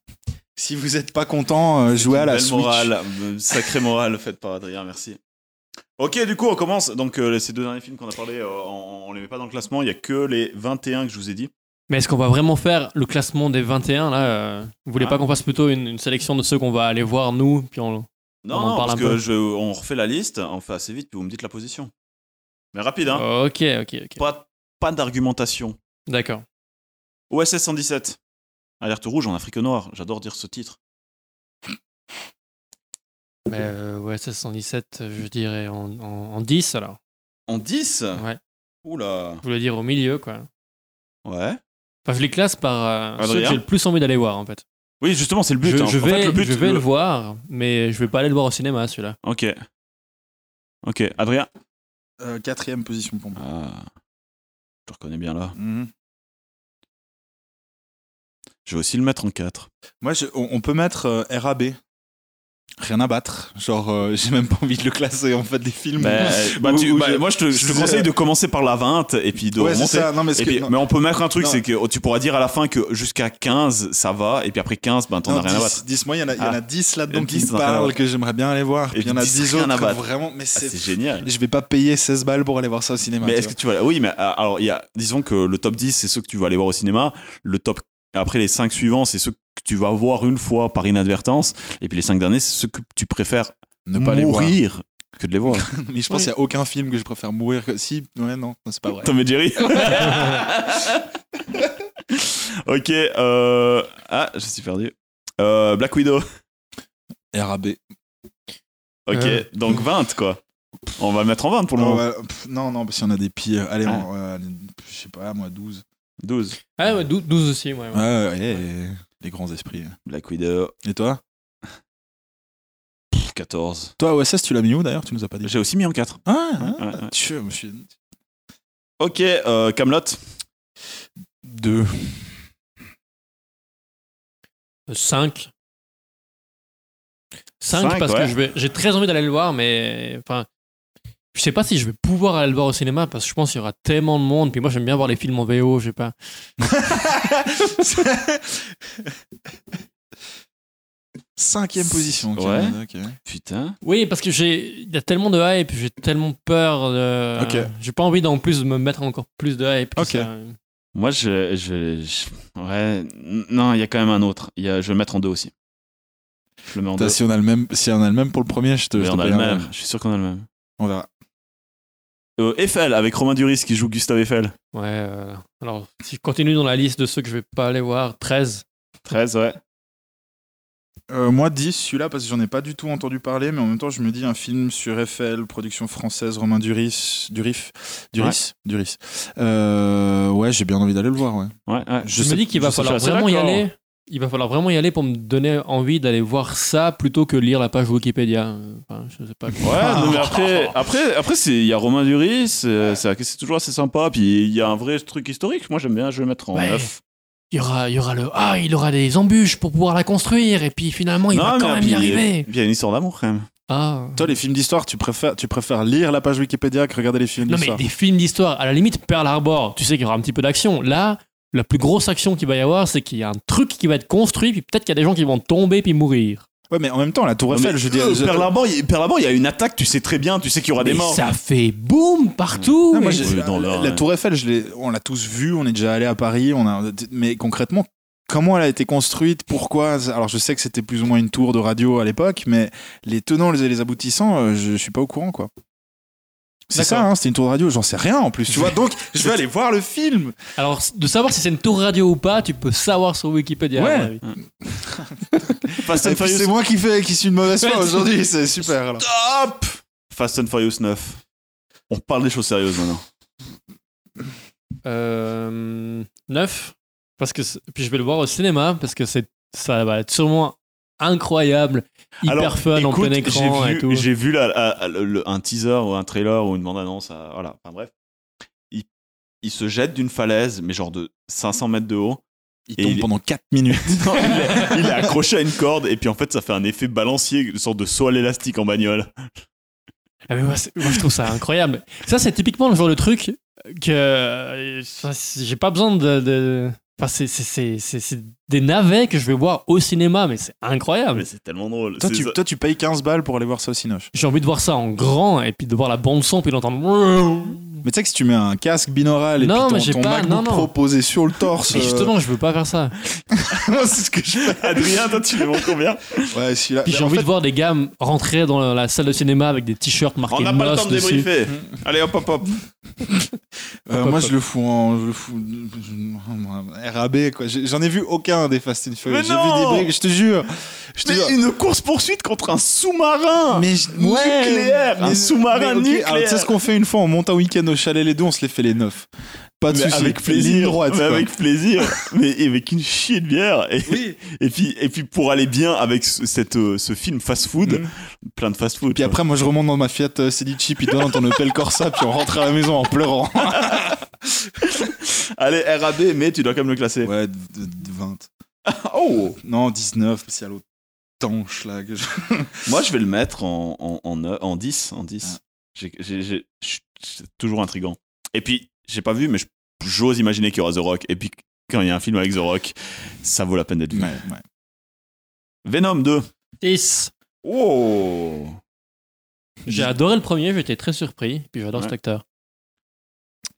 Speaker 2: Si vous n'êtes pas content, euh, jouez à la
Speaker 3: Belle
Speaker 2: Switch.
Speaker 3: morale, euh, sacrée morale faite par Adrien, merci. Ok, du coup, on commence. Donc, euh, ces deux derniers films qu'on a parlé, euh, on, on les met pas dans le classement. Il y a que les 21 que je vous ai dit.
Speaker 1: Mais est-ce qu'on va vraiment faire le classement des 21 là euh, Vous voulez
Speaker 3: Ah.
Speaker 1: pas qu'on fasse plutôt une, une sélection de ceux qu'on va aller voir nous puis on... On
Speaker 3: Non,
Speaker 1: en
Speaker 3: non,
Speaker 1: parle
Speaker 3: parce
Speaker 1: un
Speaker 3: que
Speaker 1: peu.
Speaker 3: je, on refait la liste, on fait assez vite, puis vous me dites la position. Mais rapide, hein.
Speaker 1: Oh, Ok, ok, ok.
Speaker 3: Pas, pas d'argumentation.
Speaker 1: D'accord.
Speaker 3: OSS 117. Alerte rouge en Afrique noire. J'adore dire ce titre.
Speaker 1: Mais euh, ouais, 717, je dirais en, en, en 10 alors.
Speaker 3: En 10
Speaker 1: Ouais.
Speaker 3: Oula.
Speaker 1: Je voulais dire au milieu quoi.
Speaker 3: Ouais.
Speaker 1: Enfin, je les classe par euh, ceux que
Speaker 3: Adrien
Speaker 1: j'ai le plus envie d'aller voir en fait.
Speaker 3: Oui, justement, c'est le but.
Speaker 1: je,
Speaker 3: hein.
Speaker 1: je
Speaker 3: En
Speaker 1: vais,
Speaker 3: fait, le but,
Speaker 1: je vais le...
Speaker 3: le-
Speaker 1: voir, mais je vais pas aller le voir au cinéma celui-là.
Speaker 3: Ok. Ok, Adrien.
Speaker 2: Euh, quatrième position pour moi.
Speaker 3: Ah. Je te reconnais bien là.
Speaker 2: Mhm.
Speaker 3: Je vais aussi le mettre en 4.
Speaker 2: Moi, je- on, on peut mettre euh, RAB. Rien à battre. Genre, euh, j'ai même pas envie de le classer en fait
Speaker 3: Bah,
Speaker 2: des films.
Speaker 3: euh,
Speaker 2: Ou- ou je-
Speaker 3: moi, je te, je te
Speaker 2: je-
Speaker 3: conseille de commencer par la 20 et puis de
Speaker 2: ouais, c'est
Speaker 3: remonter.
Speaker 2: ça. Non, mais ce
Speaker 3: Et
Speaker 2: que-
Speaker 3: puis-
Speaker 2: non.
Speaker 3: mais on peut mettre un truc,
Speaker 2: Non.
Speaker 3: c'est que oh, tu pourras dire à la fin que jusqu'à 15, ça va, et puis après 15, ben t'en
Speaker 2: Non,
Speaker 3: as rien à
Speaker 2: 10,
Speaker 3: battre.
Speaker 2: 10, moi, il y en a, il y en
Speaker 3: Ah.
Speaker 2: a 10 là-dedans
Speaker 3: Et
Speaker 2: qui
Speaker 3: 10,
Speaker 2: me
Speaker 3: t'en as rien à
Speaker 2: parlent,
Speaker 3: battre.
Speaker 2: que j'aimerais bien aller voir. Puis il y en a
Speaker 3: 10,
Speaker 2: 10
Speaker 3: rien à
Speaker 2: autres que
Speaker 3: battre.
Speaker 2: vraiment. Mais
Speaker 3: Ah,
Speaker 2: c'est.
Speaker 3: c'est génial.
Speaker 2: je vais pas payer 16 balles pour aller voir ça au cinéma.
Speaker 3: Mais
Speaker 2: tu
Speaker 3: est-ce que
Speaker 2: vois.
Speaker 3: tu vas. Oui, mais euh, alors, il y a, disons que le top 10, c'est ceux que tu vas aller voir au cinéma. Le top. Après, les 5 suivants, c'est ceux que tu vas voir une fois par inadvertance. Et puis les 5 derniers, c'est ceux que tu préfères mourir que de les voir.
Speaker 2: Mais je pense qu'il y a aucun film que je préfère mourir que. Si, ouais, non, non, c'est pas vrai.
Speaker 3: Tom et Jerry Ok. euh, Ah, je suis perdu. Euh, Black Widow.
Speaker 2: RAB.
Speaker 3: Ok,
Speaker 1: Euh.
Speaker 3: donc 20, quoi. On va le mettre en 20 pour le
Speaker 2: Non,
Speaker 3: moment.
Speaker 2: ouais, pff, non, non, parce qu'il y en a des pires. Allez,
Speaker 3: Ah.
Speaker 2: on- ouais, allez, je sais pas, moi, 12.
Speaker 3: 12.
Speaker 1: Ah ouais, 12, 12 aussi, ouais. ouais.
Speaker 2: Ouais, ouais, ouais, les grands esprits.
Speaker 3: Black Widow.
Speaker 2: Et toi
Speaker 3: 14.
Speaker 2: Toi, OSS, tu l'as mis où d'ailleurs Tu nous as pas dit.
Speaker 3: J'ai aussi mis en 4.
Speaker 2: Ah,
Speaker 3: Ouais, ouais, ouais.
Speaker 2: tu je me suis.
Speaker 3: Ok, euh, Camelot.
Speaker 2: 2.
Speaker 1: 5. 5
Speaker 3: Cinq,
Speaker 1: parce
Speaker 3: ouais.
Speaker 1: que je vais- j'ai très envie d'aller le voir, mais enfin, Je sais pas si je vais pouvoir aller le voir au cinéma parce que je pense qu'il y aura tellement de monde. Puis moi, j'aime bien voir les films en VO, je sais pas.
Speaker 2: Cinquième position.
Speaker 3: Ouais.
Speaker 2: Cameron, ok.
Speaker 3: Putain.
Speaker 1: Oui, parce que j'ai, il y a tellement de hype, j'ai tellement peur de.
Speaker 2: Ok.
Speaker 1: J'ai pas envie d'en plus me mettre encore plus de hype. que
Speaker 2: Ok.
Speaker 1: ça.
Speaker 3: Moi, je. je, je- Ouais. n- Non, il y a quand même un autre. Il Y a... Je vais le mettre en deux aussi. Je le mets en
Speaker 2: Putain,
Speaker 3: deux.
Speaker 2: si on a le même, si on a le même pour le premier, je te.
Speaker 3: Mais
Speaker 2: je te
Speaker 3: on a
Speaker 2: paye
Speaker 3: le
Speaker 2: un
Speaker 3: même.
Speaker 2: verre.
Speaker 3: Je suis sûr qu'on a le même.
Speaker 2: On verra.
Speaker 3: Euh, Eiffel avec Romain Duris qui joue Gustave Eiffel.
Speaker 1: Ouais. euh, Alors, si je continue dans la liste de ceux que je vais pas aller voir, 13.
Speaker 3: 13, ouais.
Speaker 2: Euh, moi, 10, celui-là, parce que j'en ai pas du tout entendu parler, mais en même temps, je me dis un film sur Eiffel, production française, Romain Duris, Durif, Duris, Duris. Euh, ouais, j'ai bien envie d'aller le voir, ouais.
Speaker 3: Ouais, ouais.
Speaker 1: Je, me dis qu'il va
Speaker 3: je sais,
Speaker 1: falloir
Speaker 3: je suis assez
Speaker 1: vraiment y
Speaker 3: d'accord.
Speaker 1: aller. Il va falloir vraiment y aller pour me donner envie d'aller voir ça plutôt que lire la page Wikipédia. Enfin, je sais pas.
Speaker 3: Ouais, non, mais
Speaker 2: Ah.
Speaker 3: après, après, après, c'est, il y a Romain Duris, c'est, c'est, c'est toujours assez sympa, puis il y a un vrai truc historique. Moi, j'aime bien, je vais le mettre en
Speaker 1: Ouais.
Speaker 3: 9.
Speaker 1: Il y aura, il y aura le ah, il aura des embûches pour pouvoir la construire et puis finalement il va quand même
Speaker 3: puis, euh,
Speaker 1: y arriver.
Speaker 3: puis il y a une histoire d'amour quand même.
Speaker 1: Ah.
Speaker 2: Toi, les films d'histoire, tu préfères, tu préfères lire la page Wikipédia que regarder les films
Speaker 1: Non mais
Speaker 2: d'histoire
Speaker 1: des films d'histoire, à la limite Pearl Harbor, tu sais qu'il y aura un petit peu d'action. Là, la plus grosse action qu'il va y avoir, c'est qu'il y a un truc qui va être construit puis peut-être qu'il y a des gens qui vont tomber puis mourir.
Speaker 2: Ouais, mais en même temps, la Tour Eiffel, je veux dire. je-
Speaker 3: Perle Harbor, il Pearl Harbor, il y a une attaque, tu sais très bien, tu sais qu'il y aura des
Speaker 1: Mais
Speaker 3: morts.
Speaker 1: ça fait boum partout.
Speaker 2: Non, moi,
Speaker 1: mais-
Speaker 2: j'ai-
Speaker 3: Oui,
Speaker 2: la,
Speaker 3: dans l'or,
Speaker 2: la
Speaker 1: euh,
Speaker 3: ouais.
Speaker 2: Tour Eiffel, je l'ai- on l'a tous vue, on est déjà allé à Paris, on a, mais concrètement, comment elle a été construite, pourquoi Alors, je sais que c'était plus ou moins une tour de radio à l'époque, mais les tenants et les aboutissants, euh, je, je suis pas au courant, quoi. C'est
Speaker 1: D'accord.
Speaker 2: ça, hein, c'était une tour de radio, j'en sais rien en plus, tu vois. Donc, je vais aller voir le film.
Speaker 1: Alors de savoir si c'est une tour radio ou pas, tu peux savoir sur Wikipédia. à
Speaker 2: Ouais.
Speaker 1: mon avis.
Speaker 3: Fast
Speaker 2: Et
Speaker 3: and
Speaker 2: puis,
Speaker 3: Furious.
Speaker 2: C'est moi qui fais, qui suis une mauvaise foi
Speaker 1: Ouais, tu-
Speaker 2: aujourd'hui, c'est super. alors.
Speaker 3: Hop Fast and Furious 9. On parle des choses sérieuses maintenant.
Speaker 1: Euh, 9 parce que c'est- puis je vais le voir au cinéma parce que c'est ça va être sûrement incroyable, hyper
Speaker 3: Alors,
Speaker 1: fun en
Speaker 3: écoute,
Speaker 1: plein écran
Speaker 3: j'ai
Speaker 1: et
Speaker 3: vu,
Speaker 1: tout.
Speaker 3: J'ai vu la- la- le- le- un teaser ou un trailer ou une bande-annonce. euh, Voilà, enfin bref. Il, il se jette d'une falaise, mais genre de 500 mètres de haut.
Speaker 2: Il
Speaker 3: Et
Speaker 2: tombe
Speaker 3: il-
Speaker 2: pendant 4 minutes.
Speaker 3: Non, il, est, il est accroché à une corde et puis en fait ça fait un effet balancier, une sorte de saut à l'élastique en bagnole.
Speaker 1: Ah, mais moi, c'est- moi, je trouve ça incroyable. Ça c'est typiquement le genre de truc que euh, ça, c'est- j'ai pas besoin de. de- Enfin, c'est- c'est- c'est c'est- c'est des navets que je vais voir au cinéma, mais c'est
Speaker 3: Ah,
Speaker 1: incroyable.
Speaker 3: mais c'est tellement drôle.
Speaker 2: Toi
Speaker 3: C'est
Speaker 2: tu,
Speaker 3: ça.
Speaker 2: toi, tu payes 15 balles pour aller voir ça au Cinoche.
Speaker 1: J'ai envie de voir ça en grand et puis de voir la bande son puis d'entendre.
Speaker 2: Mais tu sais que si tu mets un casque binaural et
Speaker 1: Non,
Speaker 2: puis
Speaker 1: mais
Speaker 2: ton,
Speaker 1: j'ai
Speaker 2: ton
Speaker 1: pas-
Speaker 2: MacBook
Speaker 1: non, non.
Speaker 2: Pro posé sur le torse.
Speaker 1: Et justement, je veux pas faire ça.
Speaker 2: euh, moi, c'est ce que je fais.
Speaker 3: Adrien, toi tu les vends combien
Speaker 2: Ouais, celui-là.
Speaker 3: Ben,
Speaker 1: Puis j'ai
Speaker 2: en
Speaker 1: envie
Speaker 2: fait,
Speaker 1: de voir des gars rentrer dans la, la salle de cinéma avec des t-shirts marqués
Speaker 3: On n'a pas le temps
Speaker 1: NOS
Speaker 3: de
Speaker 1: dessus.
Speaker 3: débriefer. Allez hop hop hop.
Speaker 2: euh,
Speaker 1: Hop,
Speaker 2: moi,
Speaker 1: hop,
Speaker 2: je le fous en. Je le fous. je- RAB, quoi. J'ai- J'en ai vu aucun des Fast and Furious.
Speaker 3: Mais
Speaker 2: J'ai vu
Speaker 3: non
Speaker 2: des briques, je te jure. Je te jure.
Speaker 3: Mais une course poursuite contre un sous-marin.
Speaker 2: Mais je-
Speaker 3: Ouais. Nucléaire, un sous-marin
Speaker 2: mais ok,
Speaker 3: nucléaire.
Speaker 2: alors, Tu sais ce qu'on fait une fois On monte un week-end au chalet les deux, on se les fait les neuf. Pas de
Speaker 3: Mais
Speaker 2: soucis.
Speaker 3: avec
Speaker 2: Ligne
Speaker 3: plaisir,
Speaker 2: droite.
Speaker 3: mais
Speaker 2: quoi.
Speaker 3: avec plaisir, mais avec une chier de bière. Et,
Speaker 2: Oui.
Speaker 3: et puis, et puis pour aller bien avec ce, cette, euh, ce film fast-food,
Speaker 2: Mhm.
Speaker 3: plein de fast-food.
Speaker 2: Puis
Speaker 3: quoi.
Speaker 2: après, moi, je remonte dans ma Fiat euh, Cedici, puis toi, dans ton Opel Corsa, puis on rentre à la maison en pleurant.
Speaker 3: Allez RAB, mais tu dois quand même le classer.
Speaker 2: Ouais, de- de- de 20.
Speaker 3: Oh,
Speaker 2: Non, 19, c'est à l'autre tanche là. que je-
Speaker 3: moi je vais le mettre en, en, en, neu- en 10, en 10.
Speaker 2: Ah.
Speaker 3: J'ai- j'ai- j'ai- je- c'est toujours intrigant. Et puis j'ai pas vu, mais je- j'ose imaginer qu'il y aura The Rock. Et puis quand il y a un film avec The Rock, ça vaut la peine d'être vu.
Speaker 2: Ouais, ouais.
Speaker 3: Venom 2.
Speaker 1: Dix.
Speaker 3: Oh.
Speaker 1: J'ai adoré le premier, j'étais très surpris, puis j'adore
Speaker 3: Ouais.
Speaker 1: cet acteur.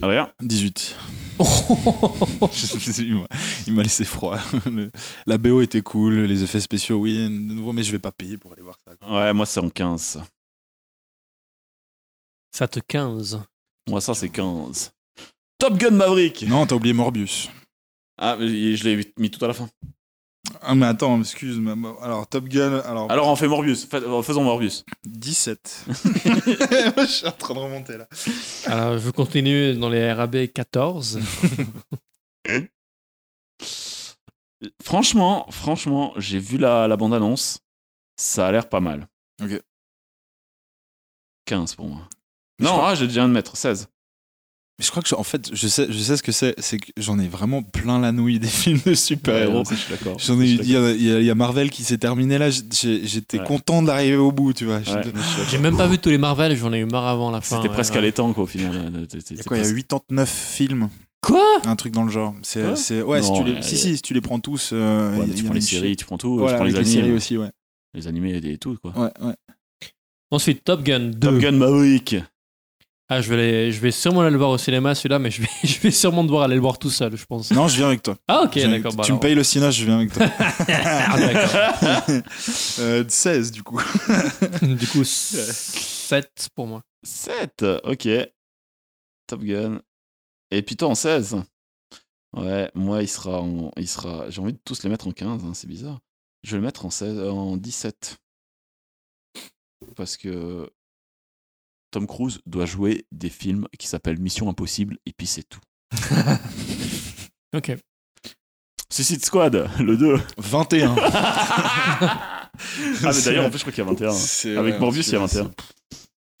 Speaker 3: Adrien,
Speaker 2: 18. Il m'a- il m'a laissé froid. Le- La BO était cool, les effets spéciaux, oui, de nouveau, mais je vais pas payer pour aller voir ça.
Speaker 3: ouais, moi c'est en 15.
Speaker 1: ça te 15.
Speaker 3: Moi ça c'est 15. Top Gun Maverick.
Speaker 2: Non, t'as oublié Morbius.
Speaker 3: Ah, mais je l'ai mis tout à la fin.
Speaker 2: Ah, mais attends, excuse. ma- ma- Alors, Top Gun, alors,
Speaker 3: Alors on fait Morbius. Fa- Faisons Morbius.
Speaker 2: 17. je suis en train de remonter là.
Speaker 1: Alors, je continue dans les RAB 14.
Speaker 3: Franchement, franchement, j'ai vu la, la bande-annonce. Ça a l'air pas mal.
Speaker 2: Ok.
Speaker 3: 15 pour moi.
Speaker 2: Je
Speaker 3: Non,
Speaker 2: crois-
Speaker 3: hein. ah, j'ai déjà un de mettre. 16.
Speaker 2: Mais je crois que, je- en fait, je sais, je sais ce que c'est. C'est que j'en ai vraiment plein la nouille des films de super-héros.
Speaker 3: je suis d'accord.
Speaker 2: J'en ai eu- il y, a- il y a- il y a Marvel qui s'est terminé là. j'ai- J'étais
Speaker 3: Ouais.
Speaker 2: content d'arriver au bout, tu vois.
Speaker 3: Ouais.
Speaker 1: J'ai même pas vu tous les Marvel, j'en ai eu marre avant la fin.
Speaker 3: C'était
Speaker 1: ouais,
Speaker 3: presque
Speaker 1: ouais.
Speaker 3: allaitant, quoi, au final.
Speaker 2: Il y a quoi Il y a 89 films.
Speaker 1: Quoi
Speaker 2: Un truc dans le genre. C'est,
Speaker 3: Ouais.
Speaker 2: c'est- ouais, si,
Speaker 3: Non,
Speaker 2: tu les,
Speaker 3: ouais,
Speaker 2: si,
Speaker 3: ouais.
Speaker 2: si, si tu les prends tous. euh,
Speaker 3: Ouais,
Speaker 2: il
Speaker 3: mais
Speaker 2: y a-
Speaker 3: tu
Speaker 2: il y
Speaker 3: prends
Speaker 2: en a
Speaker 3: les
Speaker 2: une
Speaker 3: séries, tu prends tout,
Speaker 2: Voilà,
Speaker 3: tu prends les
Speaker 2: avec les
Speaker 3: animés,
Speaker 2: séries
Speaker 3: les,
Speaker 2: aussi, ouais.
Speaker 3: animés et et tout quoi.
Speaker 2: Ouais, ouais.
Speaker 1: Ensuite, Top Gun 2.
Speaker 3: Top Gun Maverick.
Speaker 1: Ah, je vais, aller- je vais sûrement aller le voir au cinéma, celui-là, mais je vais, je vais sûrement devoir aller le voir tout seul, je pense.
Speaker 2: Non, je viens avec toi.
Speaker 1: Ah, ok,
Speaker 2: Je viens avec
Speaker 1: d'accord.
Speaker 2: toi.
Speaker 1: bah
Speaker 2: tu me
Speaker 1: alors.
Speaker 2: payes le cinéma, je viens avec toi.
Speaker 1: Ah, d'accord.
Speaker 2: Euh, 16 du coup.
Speaker 1: du coup, 7 pour moi.
Speaker 3: 7, ok. Top Gun. Et puis toi en 16. Ouais, moi il sera en. Il sera... J'ai envie de tous les mettre en 15, hein, c'est bizarre. Je vais le mettre en, 16, euh, en 17. Parce que Tom Cruise doit jouer des films qui s'appellent Mission Impossible et puis c'est tout.
Speaker 1: Ok.
Speaker 3: Suicide Squad, le 2.
Speaker 2: 21.
Speaker 3: Ah, mais d'ailleurs, en plus, je crois qu'il y a 21.
Speaker 2: C'est-
Speaker 3: Avec
Speaker 2: ouais,
Speaker 3: Morbius,
Speaker 2: c'est-
Speaker 3: il y a 21.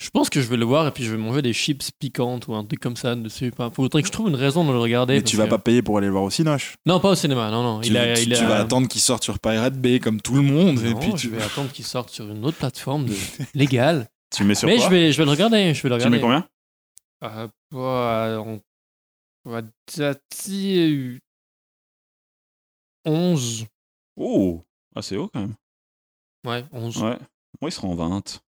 Speaker 1: Je pense que je vais le voir et puis je vais manger des chips piquantes ou un truc comme ça dessus. Enfin, faudrait que je trouve une raison de le regarder.
Speaker 2: Mais tu vas
Speaker 1: parce
Speaker 2: pas
Speaker 1: que-
Speaker 2: payer pour aller le voir au Cinoche.
Speaker 1: Non, pas au cinéma, non, non.
Speaker 2: Tu,
Speaker 1: il a,
Speaker 2: tu-
Speaker 1: il a-
Speaker 2: tu vas attendre qu'il sorte sur Pirate Bay comme tout le monde. et
Speaker 1: Non,
Speaker 2: puis tu
Speaker 1: je vais attendre qu'il sorte sur une autre plateforme de- légale.
Speaker 3: Tu mets sur
Speaker 1: Mais
Speaker 3: quoi
Speaker 1: je vais, je vais le regarder. Je vais le
Speaker 3: Tu
Speaker 1: regarder.
Speaker 3: mets combien
Speaker 1: Euh, bah, on... on va dire si- 11.
Speaker 3: Oh Ah, c'est haut quand même.
Speaker 1: Ouais, 11.
Speaker 3: Ouais. Moi, il sera en 20.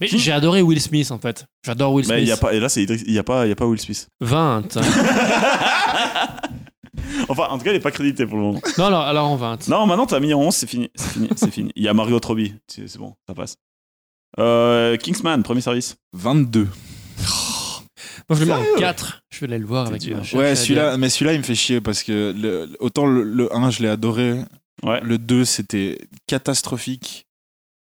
Speaker 1: Mais j'ai adoré Will Smith en fait. J'adore Will Smith.
Speaker 3: Mais il y a pas, et là, c'est Idriss- il n'y a, pas- il y a pas Will Smith.
Speaker 1: 20.
Speaker 3: Enfin, en tout cas, il n'est pas crédité pour le moment.
Speaker 1: non, alors, alors en 20.
Speaker 3: Non, maintenant, t'as mis en 11, c'est fini. C'est fini, c'est fini. Il y a Mario Trobi. C'est c'est bon, ça passe. Euh, Kingsman, premier service.
Speaker 2: 22.
Speaker 1: Moi je le mets en
Speaker 3: Sérieux
Speaker 1: 4. Je vais aller le voir
Speaker 3: C'est
Speaker 1: avec
Speaker 3: dur.
Speaker 1: ma chère
Speaker 2: Ouais,
Speaker 1: Shadia.
Speaker 2: celui-là, mais celui-là, il me fait chier parce que le- le- autant le, le 1, je l'ai adoré.
Speaker 3: Ouais.
Speaker 2: Le 2, c'était catastrophique.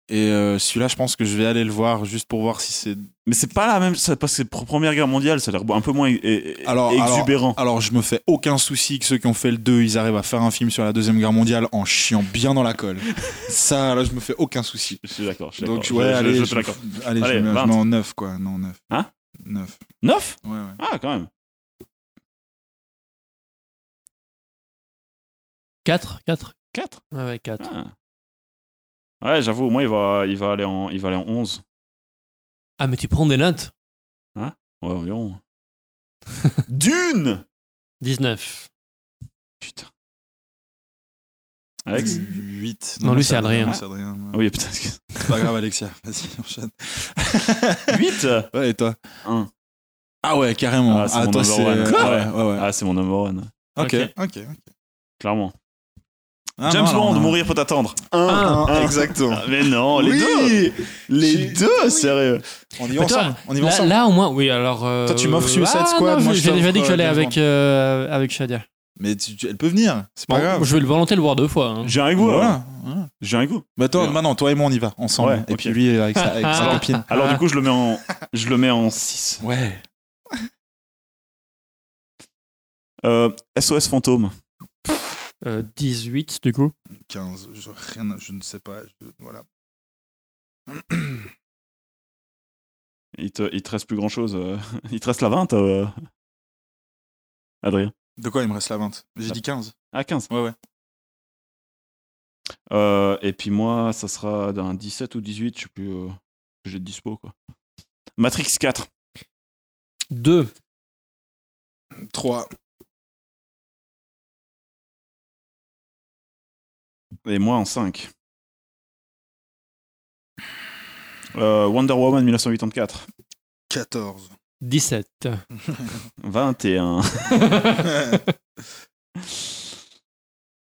Speaker 2: Et euh, celui-là, je pense que je vais aller le voir juste pour voir si c'est.
Speaker 3: Mais c'est pas la même, ça- parce que c'est pour Première Guerre mondiale, ça a l'air un peu moins é- é-
Speaker 2: Alors-
Speaker 3: exubérant.
Speaker 2: Alors, je me fais aucun souci que ceux qui ont fait le 2, ils arrivent à faire un film sur la Deuxième Guerre mondiale en chiant bien dans la colle. Ça, là, je me fais aucun souci.
Speaker 3: je suis d'accord. je suis
Speaker 2: Donc,
Speaker 3: d'accord.
Speaker 2: ouais,
Speaker 3: Je- je-
Speaker 2: allez,
Speaker 3: je
Speaker 2: je,
Speaker 3: te l'accorde.
Speaker 2: allez, je
Speaker 3: Allez,
Speaker 2: mets- je
Speaker 3: 20.
Speaker 2: mets en 9, quoi. Non, 9.
Speaker 3: Hein
Speaker 2: 9.
Speaker 3: 9
Speaker 2: Ouais, ouais.
Speaker 3: Ah, quand même.
Speaker 1: 4. 4.
Speaker 3: 4
Speaker 1: Ouais, ouais, 4.
Speaker 3: Ah. Ouais, j'avoue, moi, il va, il, va aller en, il va aller en 11.
Speaker 1: Ah, mais tu prends des notes
Speaker 3: Ouais, environ. Dune
Speaker 1: 19.
Speaker 3: Putain. Alex
Speaker 2: 8.
Speaker 1: Non, lui, c'est Adrien.
Speaker 2: C'est Adrien.
Speaker 3: Ah Oui, putain, excuse.
Speaker 2: C'est pas grave, Alexia. Vas-y, enchaîne.
Speaker 3: 8
Speaker 2: Ouais, et toi
Speaker 3: 1.
Speaker 2: Ah ouais, carrément.
Speaker 3: Ah, c'est mon
Speaker 2: toi,
Speaker 3: number one. Quoi
Speaker 2: ouais, ouais, ouais.
Speaker 3: Ah, c'est mon number one.
Speaker 2: Ah, Ok,
Speaker 1: Ok.
Speaker 2: ok.
Speaker 3: Clairement.
Speaker 2: Ah,
Speaker 3: James
Speaker 2: non, non,
Speaker 3: Bond,
Speaker 2: non.
Speaker 3: mourir peut attendre. Un.
Speaker 1: Un.
Speaker 2: Ah,
Speaker 3: Un.
Speaker 2: Exactement.
Speaker 3: Ah, mais non, les
Speaker 2: Oui.
Speaker 3: deux Les
Speaker 2: J'ai-
Speaker 3: deux,
Speaker 2: Oui.
Speaker 3: sérieux
Speaker 2: On y va
Speaker 1: Mais toi,
Speaker 2: ensemble. On y va
Speaker 1: Là,
Speaker 2: ensemble.
Speaker 1: là, au moins, oui, alors. euh,
Speaker 2: Toi, tu m'offres Suicide
Speaker 1: ah,
Speaker 2: Squad,
Speaker 1: non,
Speaker 2: moi, je
Speaker 1: J'ai déjà
Speaker 2: t'offre,
Speaker 1: dit que
Speaker 2: euh,
Speaker 1: j'allais
Speaker 2: James
Speaker 1: avec, euh, avec Shadia.
Speaker 2: Mais tu- tu- elle peut venir. C'est pas
Speaker 1: Bon,
Speaker 2: grave.
Speaker 1: Je vais le volontiers le voir deux fois. hein.
Speaker 3: J'ai un goût, alors.
Speaker 2: Voilà. voilà.
Speaker 3: J'ai un goût.
Speaker 2: Bah, toi,
Speaker 3: Bien.
Speaker 2: maintenant, toi et moi, on y va ensemble.
Speaker 3: Ouais,
Speaker 2: et
Speaker 3: ok.
Speaker 2: puis lui, euh, avec sa, avec sa
Speaker 1: Ah.
Speaker 2: copine.
Speaker 3: Alors,
Speaker 1: Ah.
Speaker 3: du coup, je le mets en, je le mets en 6.
Speaker 2: Ouais.
Speaker 3: Euh, SOS Fantôme.
Speaker 1: Euh, 18, du coup.
Speaker 2: 15. Je, rien, je ne sais pas. je- voilà.
Speaker 3: Il te, il te reste plus grand chose. Il te reste la 20, euh, Adrien.
Speaker 2: De quoi il me reste la 20 J'ai dit 15.
Speaker 3: Ah, 15.
Speaker 2: Ouais, ouais.
Speaker 3: Euh, et puis moi, ça sera d'un 17 ou 18, je sais plus. euh, que J'ai de dispo, quoi. Matrix 4.
Speaker 1: 2.
Speaker 2: 3.
Speaker 3: Et moi en 5. Euh, Wonder Woman 1984.
Speaker 2: 14.
Speaker 1: 17.
Speaker 3: 21.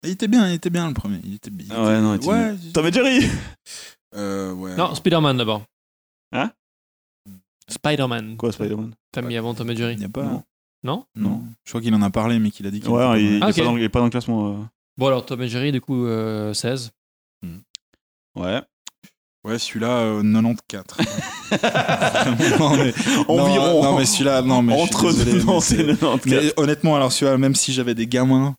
Speaker 2: il était bien, il était bien le premier. Il était bien.
Speaker 3: Ouais, non, il était
Speaker 2: ouais.
Speaker 3: Tom et Jerry
Speaker 2: Euh, ouais.
Speaker 1: Non, Spider-Man d'abord.
Speaker 3: Hein
Speaker 1: Spider-Man.
Speaker 3: Quoi, Spider-Man
Speaker 1: T'as mis avant Tom et
Speaker 2: Il
Speaker 1: Jerry.
Speaker 2: n'y a pas. hein.
Speaker 3: Non.
Speaker 1: Non
Speaker 2: Non. Je crois qu'il en a parlé, mais qu'il a dit qu'il
Speaker 3: Ouais, il, il
Speaker 1: Ah,
Speaker 3: est
Speaker 1: ok.
Speaker 3: pas dans, le- il est pas dans le classement. euh.
Speaker 1: Bon, alors Tom et Jerry, du coup, euh, 16.
Speaker 3: Ouais.
Speaker 2: Ouais, celui-là, euh, 94. Vraiment, mais-
Speaker 3: Environ.
Speaker 2: Non, non, mais celui-là, non, mais. je suis
Speaker 3: Entre
Speaker 2: désolé,
Speaker 3: nous,
Speaker 2: mais
Speaker 3: c'est
Speaker 2: c'est-
Speaker 3: 94.
Speaker 2: mais honnêtement, alors celui-là, même si j'avais des gamins,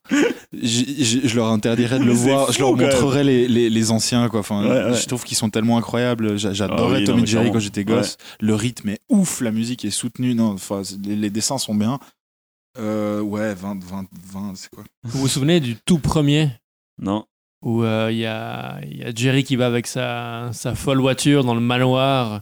Speaker 2: j- j- je leur interdirais de le
Speaker 3: Mais c'est
Speaker 2: voir, je
Speaker 3: fou,
Speaker 2: leur
Speaker 3: quand même.
Speaker 2: montrerais les, les, les anciens quoi. Enfin,
Speaker 3: Ouais, ouais.
Speaker 2: je trouve qu'ils sont tellement incroyables. J'a-
Speaker 3: Ah
Speaker 2: J'adorais
Speaker 3: oui, non,
Speaker 2: Tommy
Speaker 3: mais
Speaker 2: Jerry
Speaker 3: clairement.
Speaker 2: quand j'étais gosse. Le rythme est ouf, la musique est soutenue. Non, enfin, c'est- les, les dessins sont bien. Euh, ouais, 20, 20, 20 c'est quoi
Speaker 1: Vous vous souvenez du tout premier
Speaker 3: Non.
Speaker 1: où euh, il y, a, il y a Jerry qui va avec sa, sa folle voiture dans le manoir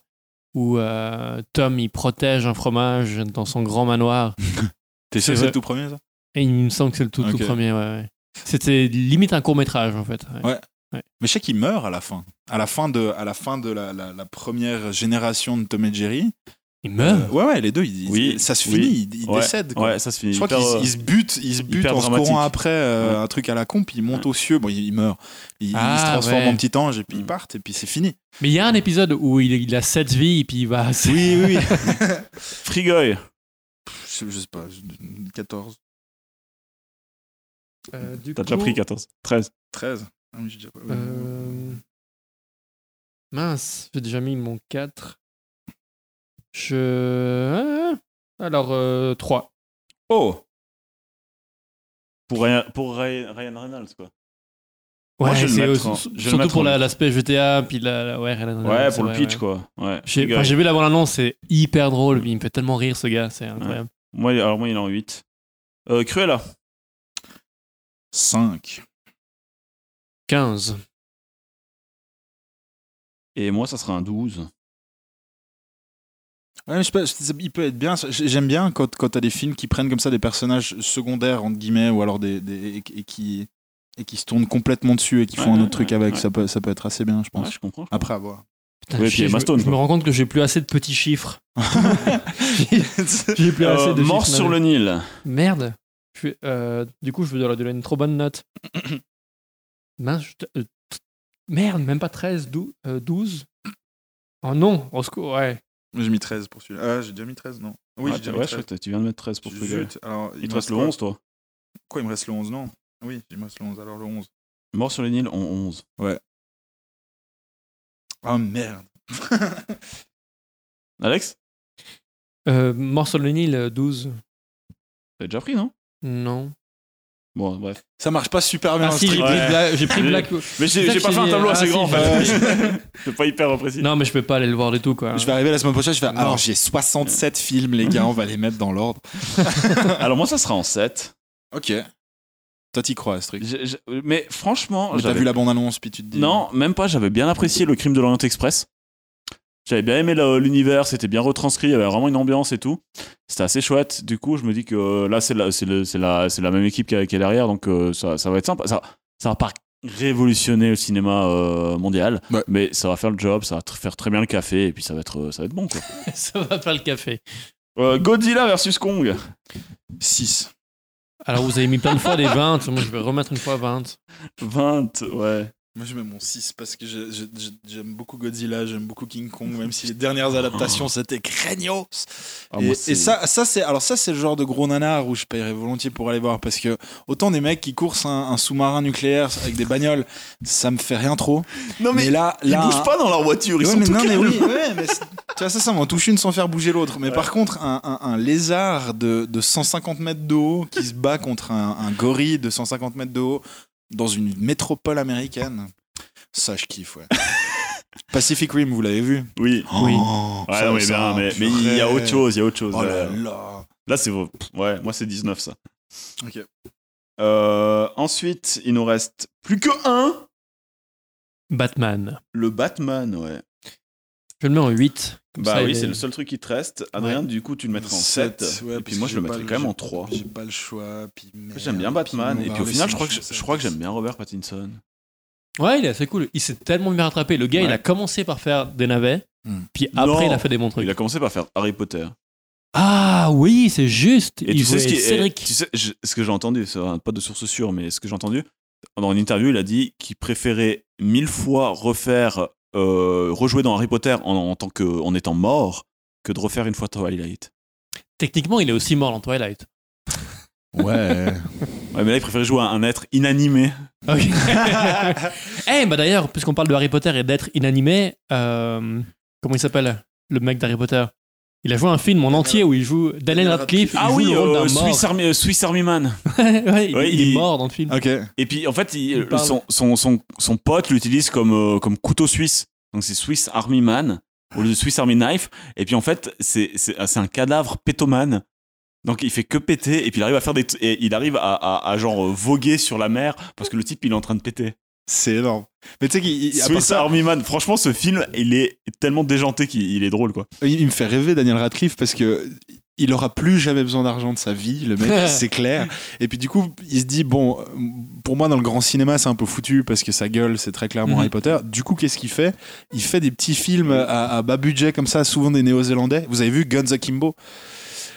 Speaker 1: où euh, Tom il protège un fromage dans son grand manoir.
Speaker 2: T'es sûr
Speaker 1: C'est
Speaker 2: que c'est
Speaker 1: vrai.
Speaker 2: le tout premier ça
Speaker 1: Et il me semble que c'est le tout, tout
Speaker 2: Ok.
Speaker 1: premier. ouais, ouais. C'était limite un court métrage en fait. ouais.
Speaker 2: Ouais. Mais je sais qu'il meurt à la fin. À la fin de, à la, fin de la, la- la première génération de Tom et Jerry.
Speaker 1: Il meurt.
Speaker 2: Euh, ouais, ouais, les deux, ils- ils-
Speaker 3: Ah. Oui,
Speaker 2: ça se
Speaker 3: oui.
Speaker 2: finit, ils, ils
Speaker 3: Ouais,
Speaker 2: décèdent. quoi.
Speaker 3: Ouais, ça se finit.
Speaker 2: Je crois
Speaker 3: hyper, euh,
Speaker 2: qu'ils ils se butent, ils se butent
Speaker 3: hyper
Speaker 2: en se
Speaker 3: dramatique.
Speaker 2: courant après euh,
Speaker 3: Ouais.
Speaker 2: un truc à la con, puis ils montent
Speaker 3: Ouais.
Speaker 2: aux cieux, bon, ils, ils meurent. Ils, ils
Speaker 1: Ah,
Speaker 2: se transforment
Speaker 1: ouais.
Speaker 2: en petit ange et puis ils
Speaker 3: Mm.
Speaker 2: partent, et puis c'est fini.
Speaker 1: Mais il y a un épisode où il, il a sept vies et puis il va.
Speaker 2: Oui, oui, oui.
Speaker 3: Frigoy.
Speaker 2: je, je sais pas, je- 14,
Speaker 3: T'as déjà pris 14. 13.
Speaker 2: 13. Ah oui, j'ai déjà- ouais.
Speaker 1: Euh, Mince, j'ai déjà mis mon 4. Je. euh, Alors, euh, 3.
Speaker 3: Oh pour Ryan, pour Ryan Ryan Reynolds, quoi.
Speaker 1: Ouais,
Speaker 3: Moi, je vais le
Speaker 1: c'est
Speaker 3: mettre
Speaker 1: euh,
Speaker 3: en-
Speaker 1: s-
Speaker 3: je vais le
Speaker 1: surtout
Speaker 3: mettre
Speaker 1: pour
Speaker 3: en
Speaker 1: la-
Speaker 3: huit.
Speaker 1: l'aspect GTA, puis la, la- ouais, Renan Reynolds,
Speaker 3: Ouais, pour le
Speaker 1: ouais,
Speaker 3: pitch,
Speaker 1: ouais.
Speaker 3: quoi. Ouais.
Speaker 1: J'ai
Speaker 3: Free Guy.
Speaker 1: enfin, j'ai vu la bande-annonce, c'est hyper drôle, puis il me fait tellement rire ce gars, c'est incroyable.
Speaker 3: Moi, alors, moi, il est en 8. Euh, Cruella.
Speaker 2: 5.
Speaker 1: 15.
Speaker 3: Et moi, ça sera un 12.
Speaker 2: Ouais, mais je sais pas, c'est- il peut être bien. J'aime bien quand, quand t'as des films qui prennent comme ça des personnages secondaires, entre guillemets, ou alors des, des- et, et qui, et qui se tournent complètement dessus et qui font
Speaker 3: Ouais,
Speaker 2: un
Speaker 3: ouais,
Speaker 2: autre truc
Speaker 3: ouais,
Speaker 2: avec.
Speaker 3: ouais.
Speaker 2: Ça, peut, ça peut être assez bien, je pense.
Speaker 3: Ouais, je comprends. je
Speaker 2: Après avoir.
Speaker 1: Putain,
Speaker 3: Ouais, puis
Speaker 1: chier,
Speaker 3: Emma
Speaker 1: je, me-
Speaker 3: Stone,
Speaker 1: je
Speaker 3: quoi.
Speaker 1: me rends compte que j'ai plus assez de petits chiffres. j'ai plus
Speaker 3: comprends.
Speaker 1: assez
Speaker 3: Euh,
Speaker 1: de
Speaker 3: mort
Speaker 1: chiffres,
Speaker 3: sur
Speaker 1: non,
Speaker 3: le Nil.
Speaker 1: Merde. Je suis- euh, du coup, je veux leur donner une trop bonne note. Mince, je te- euh, t- merde, même pas 13, dou- euh, 12. Oh non, au secours, ouais.
Speaker 2: J'ai mis 13 pour celui-là. Ah, j'ai déjà mis 13, non Oui,
Speaker 3: Ouais,
Speaker 2: j'ai déjà
Speaker 3: ouais,
Speaker 2: mis
Speaker 3: je
Speaker 2: 13.
Speaker 3: crois que t'as- tu viens de mettre 13 pour Cruella.
Speaker 2: Zut, alors,
Speaker 3: Il
Speaker 2: me
Speaker 3: te reste le
Speaker 2: quoi
Speaker 3: 11, toi.
Speaker 2: Quoi, il me reste le 11, non Oui, il me reste le 11, alors le 11.
Speaker 3: Mort sur le Nil, en 11.
Speaker 2: Ah merde
Speaker 3: Alex
Speaker 1: Euh, mort sur le Nil, euh, 12.
Speaker 3: T'as déjà pris, non
Speaker 1: Non.
Speaker 3: Bon, bref.
Speaker 2: Ça marche pas super bien
Speaker 1: Ah
Speaker 2: ce
Speaker 1: si, j'ai
Speaker 2: truc.
Speaker 1: pris,
Speaker 3: Ouais.
Speaker 1: Black- j'ai pris
Speaker 3: J'ai-
Speaker 1: Black.
Speaker 3: Mais
Speaker 1: C'est
Speaker 3: j'ai
Speaker 1: ça
Speaker 3: j'ai
Speaker 1: que
Speaker 3: pas fait
Speaker 1: j'ai-
Speaker 3: un tableau
Speaker 1: ah,
Speaker 3: assez
Speaker 1: si,
Speaker 3: grand, en
Speaker 1: j'ai-
Speaker 3: fait. C'est pas hyper précis.
Speaker 1: Non, mais je peux pas aller le voir du tout, quoi.
Speaker 2: Je vais arriver la semaine prochaine, je vais.
Speaker 1: Non.
Speaker 2: Alors j'ai 67 films, les gars, on va les mettre dans l'ordre.
Speaker 3: Alors, moi, ça sera en 7.
Speaker 2: Ok. Toi, t'y crois à ce truc
Speaker 3: Je- je- mais franchement,
Speaker 2: Mais
Speaker 3: Oh,
Speaker 2: T'as
Speaker 3: j'avais-
Speaker 2: vu la bande-annonce, puis tu te dis.
Speaker 3: non, même pas. J'avais bien apprécié le crime de l'Orient Express. J'avais bien aimé la- l'univers, c'était bien retranscrit, il y avait vraiment une ambiance et tout. C'était assez chouette. Du coup, je me dis que euh, là, c'est la, c'est le- c'est la, c'est la même équipe qui est qui est derrière, donc euh, ça, ça va être sympa. Ça, ça va pas révolutionner le cinéma euh, mondial,
Speaker 2: Ouais.
Speaker 3: mais ça va faire le job, ça va tr- faire très bien le café, et puis ça va être, euh, ça va être bon. Quoi.
Speaker 1: Ça va pas le café.
Speaker 3: Euh, Godzilla versus Kong.
Speaker 2: 6.
Speaker 1: Alors, vous avez mis plein de fois des 20. Moi, je vais remettre une fois 20.
Speaker 3: 20, ouais.
Speaker 2: Moi, je mets mon 6 parce que je- je- je- j'aime beaucoup Godzilla, j'aime beaucoup King Kong, même si les dernières adaptations c'était craignos.
Speaker 3: Ah,
Speaker 2: et,
Speaker 3: moi,
Speaker 2: et
Speaker 3: c'est-
Speaker 2: ça, ça Oh. c'est alors ça c'est le genre de gros nanar où je paierais volontiers pour aller voir parce que autant des mecs qui coursent un, un sous-marin nucléaire avec des bagnoles, ça me fait rien trop.
Speaker 3: Non, mais,
Speaker 2: mais là,
Speaker 3: ils
Speaker 2: là,
Speaker 3: bougent
Speaker 2: un-
Speaker 3: pas dans leur voiture, ils
Speaker 2: Ouais,
Speaker 3: sont
Speaker 2: mais
Speaker 3: tout
Speaker 2: non, mais
Speaker 3: calmes.
Speaker 2: oui, ouais, mais c'est- tu vois, ça, ça m'en touche une sans faire bouger l'autre. Mais par contre, un, un- un lézard de, de 150 mètres de haut qui se bat contre un, un gorille de 150 mètres de haut dans une métropole américaine, ça, je kiffe, ouais. Pacific Rim, vous l'avez vu
Speaker 3: Oui.
Speaker 1: Oui.
Speaker 2: Oh,
Speaker 3: Ouais,
Speaker 2: ça,
Speaker 3: non, mais
Speaker 2: ça,
Speaker 3: bien, mais mais
Speaker 2: purée.
Speaker 3: il y a autre chose, euh, il y a autre chose.
Speaker 2: Oh là
Speaker 3: là.
Speaker 2: là.
Speaker 3: Là, c'est vrai. Ouais, moi, c'est 19, ça.
Speaker 2: Ok.
Speaker 3: Euh, ensuite, il nous reste plus que un.
Speaker 1: Batman.
Speaker 3: Le Batman, ouais.
Speaker 1: Je le mets en 8. Comme
Speaker 3: bah
Speaker 1: ça,
Speaker 3: oui,
Speaker 1: il
Speaker 3: c'est
Speaker 1: est-
Speaker 3: le seul truc qui te reste. Adrien, du coup, tu le mettras en 7.
Speaker 2: Sept, ouais,
Speaker 3: et
Speaker 2: parce
Speaker 3: puis moi,
Speaker 2: que
Speaker 3: je le
Speaker 2: j'ai pas
Speaker 3: mettrai
Speaker 2: le-
Speaker 3: quand même en
Speaker 2: j'ai-
Speaker 3: 3.
Speaker 2: J'ai pas le choix. Puis merde,
Speaker 3: J'aime bien
Speaker 2: puis
Speaker 3: Batman.
Speaker 2: on
Speaker 3: Et
Speaker 2: va
Speaker 3: puis au
Speaker 2: laisser
Speaker 3: final, je
Speaker 2: une
Speaker 3: crois que,
Speaker 2: chance à
Speaker 3: je crois que
Speaker 2: Bah ça.
Speaker 3: j'aime bien Robert Pattinson.
Speaker 1: Ouais, il est assez cool. Il s'est tellement bien rattrapé. Le gars,
Speaker 3: Ouais.
Speaker 1: il a commencé par faire des navets,
Speaker 2: Hmm.
Speaker 1: puis après,
Speaker 3: Non.
Speaker 1: il a fait des bons
Speaker 3: Il
Speaker 1: trucs.
Speaker 3: a commencé par faire Harry Potter.
Speaker 1: Ah oui, c'est juste.
Speaker 3: Et
Speaker 1: il
Speaker 3: tu sais
Speaker 1: jouait
Speaker 3: ce qui est-
Speaker 1: Cédric.
Speaker 3: tu sais, je- ce que j'ai entendu, c'est pas de source sûre, mais ce que j'ai entendu dans une interview, il a dit qu'il préférait mille fois refaire euh, rejouer dans Harry Potter en, en tant que en étant mort que de refaire une fois Twilight.
Speaker 1: Techniquement, il est aussi mort dans Twilight.
Speaker 2: Ouais.
Speaker 3: Ouais, mais là, il préférait jouer à un être inanimé.
Speaker 1: Ok. Eh, bah d'ailleurs, puisqu'on parle de Harry Potter et d'être inanimé, euh, comment il s'appelle Le mec d'Harry Potter. Il a joué un film en entier où il joue Daniel Radcliffe. il
Speaker 3: Ah
Speaker 1: joue
Speaker 3: oui,
Speaker 1: le rôle
Speaker 3: euh,
Speaker 1: oh, d'un mort.
Speaker 3: Swiss, Army, euh, Swiss Army Man.
Speaker 1: Ouais, il,
Speaker 3: Ouais,
Speaker 1: il est
Speaker 3: il-
Speaker 1: mort dans le film.
Speaker 2: Ok.
Speaker 3: Et puis en fait, il- euh,
Speaker 1: Il parle.
Speaker 3: son, son, son, son pote l'utilise comme, euh, comme couteau suisse. Donc c'est Swiss Army Man au lieu de Swiss Army Knife. Et puis en fait, c'est c'est- ah, c'est un cadavre pétomane. Donc il fait que péter et puis il arrive à faire des t- et il arrive à, à, à genre euh, voguer sur la mer parce que le type il est en train de péter.
Speaker 2: C'est énorme. Mais tu sais qu'il il- à part
Speaker 3: Swiss
Speaker 2: ça,
Speaker 3: Army Man, franchement ce film il est tellement déjanté qu'il il est drôle quoi.
Speaker 2: Euh, il il me fait rêver Daniel Radcliffe parce que il aura plus jamais besoin d'argent de sa vie, le mec, c'est clair. Et puis du coup, il se dit bon, pour moi dans le grand cinéma, c'est un peu foutu parce que sa gueule, c'est très clairement
Speaker 1: Mhm.
Speaker 2: Harry Potter. Du coup, qu'est-ce qu'il fait Il fait des petits films à, à bas budget comme ça, souvent des Néo-Zélandais. Vous avez vu Guns Akimbo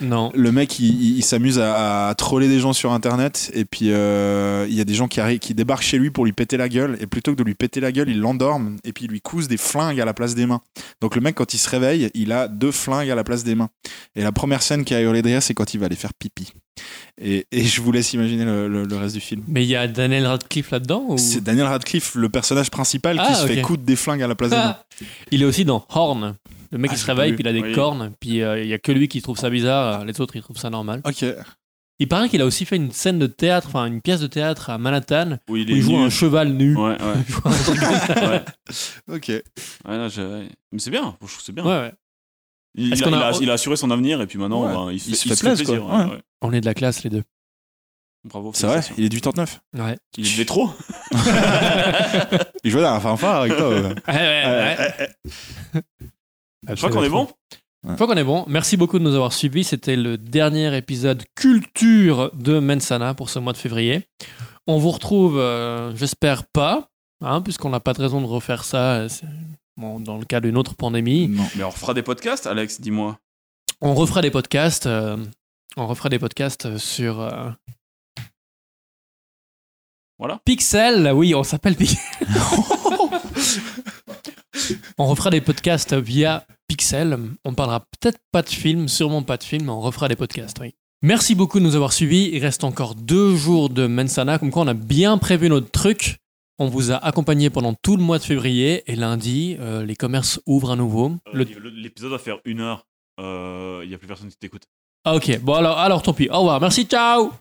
Speaker 1: Non.
Speaker 2: le mec il, il- il s'amuse à, à troller des gens sur internet et puis euh, il y a des gens qui, arri- qui débarquent chez lui pour lui péter la gueule et plutôt que de lui péter la gueule ils l'endorment et puis ils lui cousent des flingues à la place des mains donc le mec quand il se réveille il a deux flingues à la place des mains et la première scène qui a hurlé derrière c'est quand il va aller faire pipi et, et je vous laisse imaginer le, le- le reste du film
Speaker 1: Mais il y a Daniel Radcliffe là-dedans ou-
Speaker 2: c'est Daniel Radcliffe le personnage principal qui
Speaker 1: Ah,
Speaker 2: se fait
Speaker 1: ok.
Speaker 2: coudre des flingues à la place des mains
Speaker 1: Ah Il est aussi dans Horn. Le mec
Speaker 2: Ah,
Speaker 1: il se
Speaker 2: j'ai pas
Speaker 1: réveille,
Speaker 2: vu.
Speaker 1: puis il a des
Speaker 3: Oui.
Speaker 1: cornes, puis euh, il y a que lui qui trouve ça bizarre, euh, les autres ils trouvent ça normal.
Speaker 2: ok
Speaker 1: Il paraît qu'il a aussi fait une scène de théâtre, enfin une pièce de théâtre à Manhattan
Speaker 3: Où
Speaker 1: où il joue un cheval nu.
Speaker 3: Ouais, ouais.
Speaker 1: Il joue un truc comme ça.
Speaker 3: ouais.
Speaker 2: ok
Speaker 3: Ouais, là, j'ai- ouais. Mais c'est bien, je trouve que c'est bien.
Speaker 1: Ouais, ouais.
Speaker 3: Il,
Speaker 1: Est-ce
Speaker 3: il a,
Speaker 1: qu'on a-
Speaker 3: il a- il a assuré son avenir et puis maintenant
Speaker 2: Ouais.
Speaker 3: ben, il, fait,
Speaker 2: Il se
Speaker 3: il
Speaker 2: fait plaisir, quoi.
Speaker 3: ouais,
Speaker 2: Ouais.
Speaker 3: ouais.
Speaker 1: On est de la classe les deux.
Speaker 3: Bravo.
Speaker 2: c'est vrai
Speaker 3: félicitations.
Speaker 2: il est du 39
Speaker 1: Ouais.
Speaker 3: Il est trop.
Speaker 2: il joue dans la fanfare avec toi ouais.
Speaker 1: Ouais, ouais, ouais.
Speaker 3: Je crois qu'on est bon.
Speaker 1: Je crois qu'on est bon. Merci beaucoup de nous avoir suivis. C'était le dernier épisode culture de Mensana pour ce mois de février. On vous retrouve, euh, j'espère pas, hein, puisqu'on n'a pas de raison de refaire ça euh, c'est- bon, dans le cas d'une autre pandémie.
Speaker 2: non
Speaker 3: Mais on refera des podcasts, Alex, dis-moi.
Speaker 1: On refera des podcasts. euh, on refera des podcasts sur. euh,
Speaker 3: Voilà.
Speaker 1: Pixel, oui, on s'appelle Pixel. on refera des podcasts via Pixel. On parlera peut-être pas de films, sûrement pas de films, mais on refera des podcasts, oui. Merci beaucoup de nous avoir suivis. Il reste encore deux jours de Mensana, comme quoi on a bien prévu notre truc. On vous a accompagné pendant tout le mois de février et lundi, euh, les commerces ouvrent à nouveau. Le-
Speaker 3: Euh, L'épisode va faire une heure. Il n'y a plus personne qui t'écoute.
Speaker 1: Ah ok, bon alors, alors tant pis. Au revoir, merci, ciao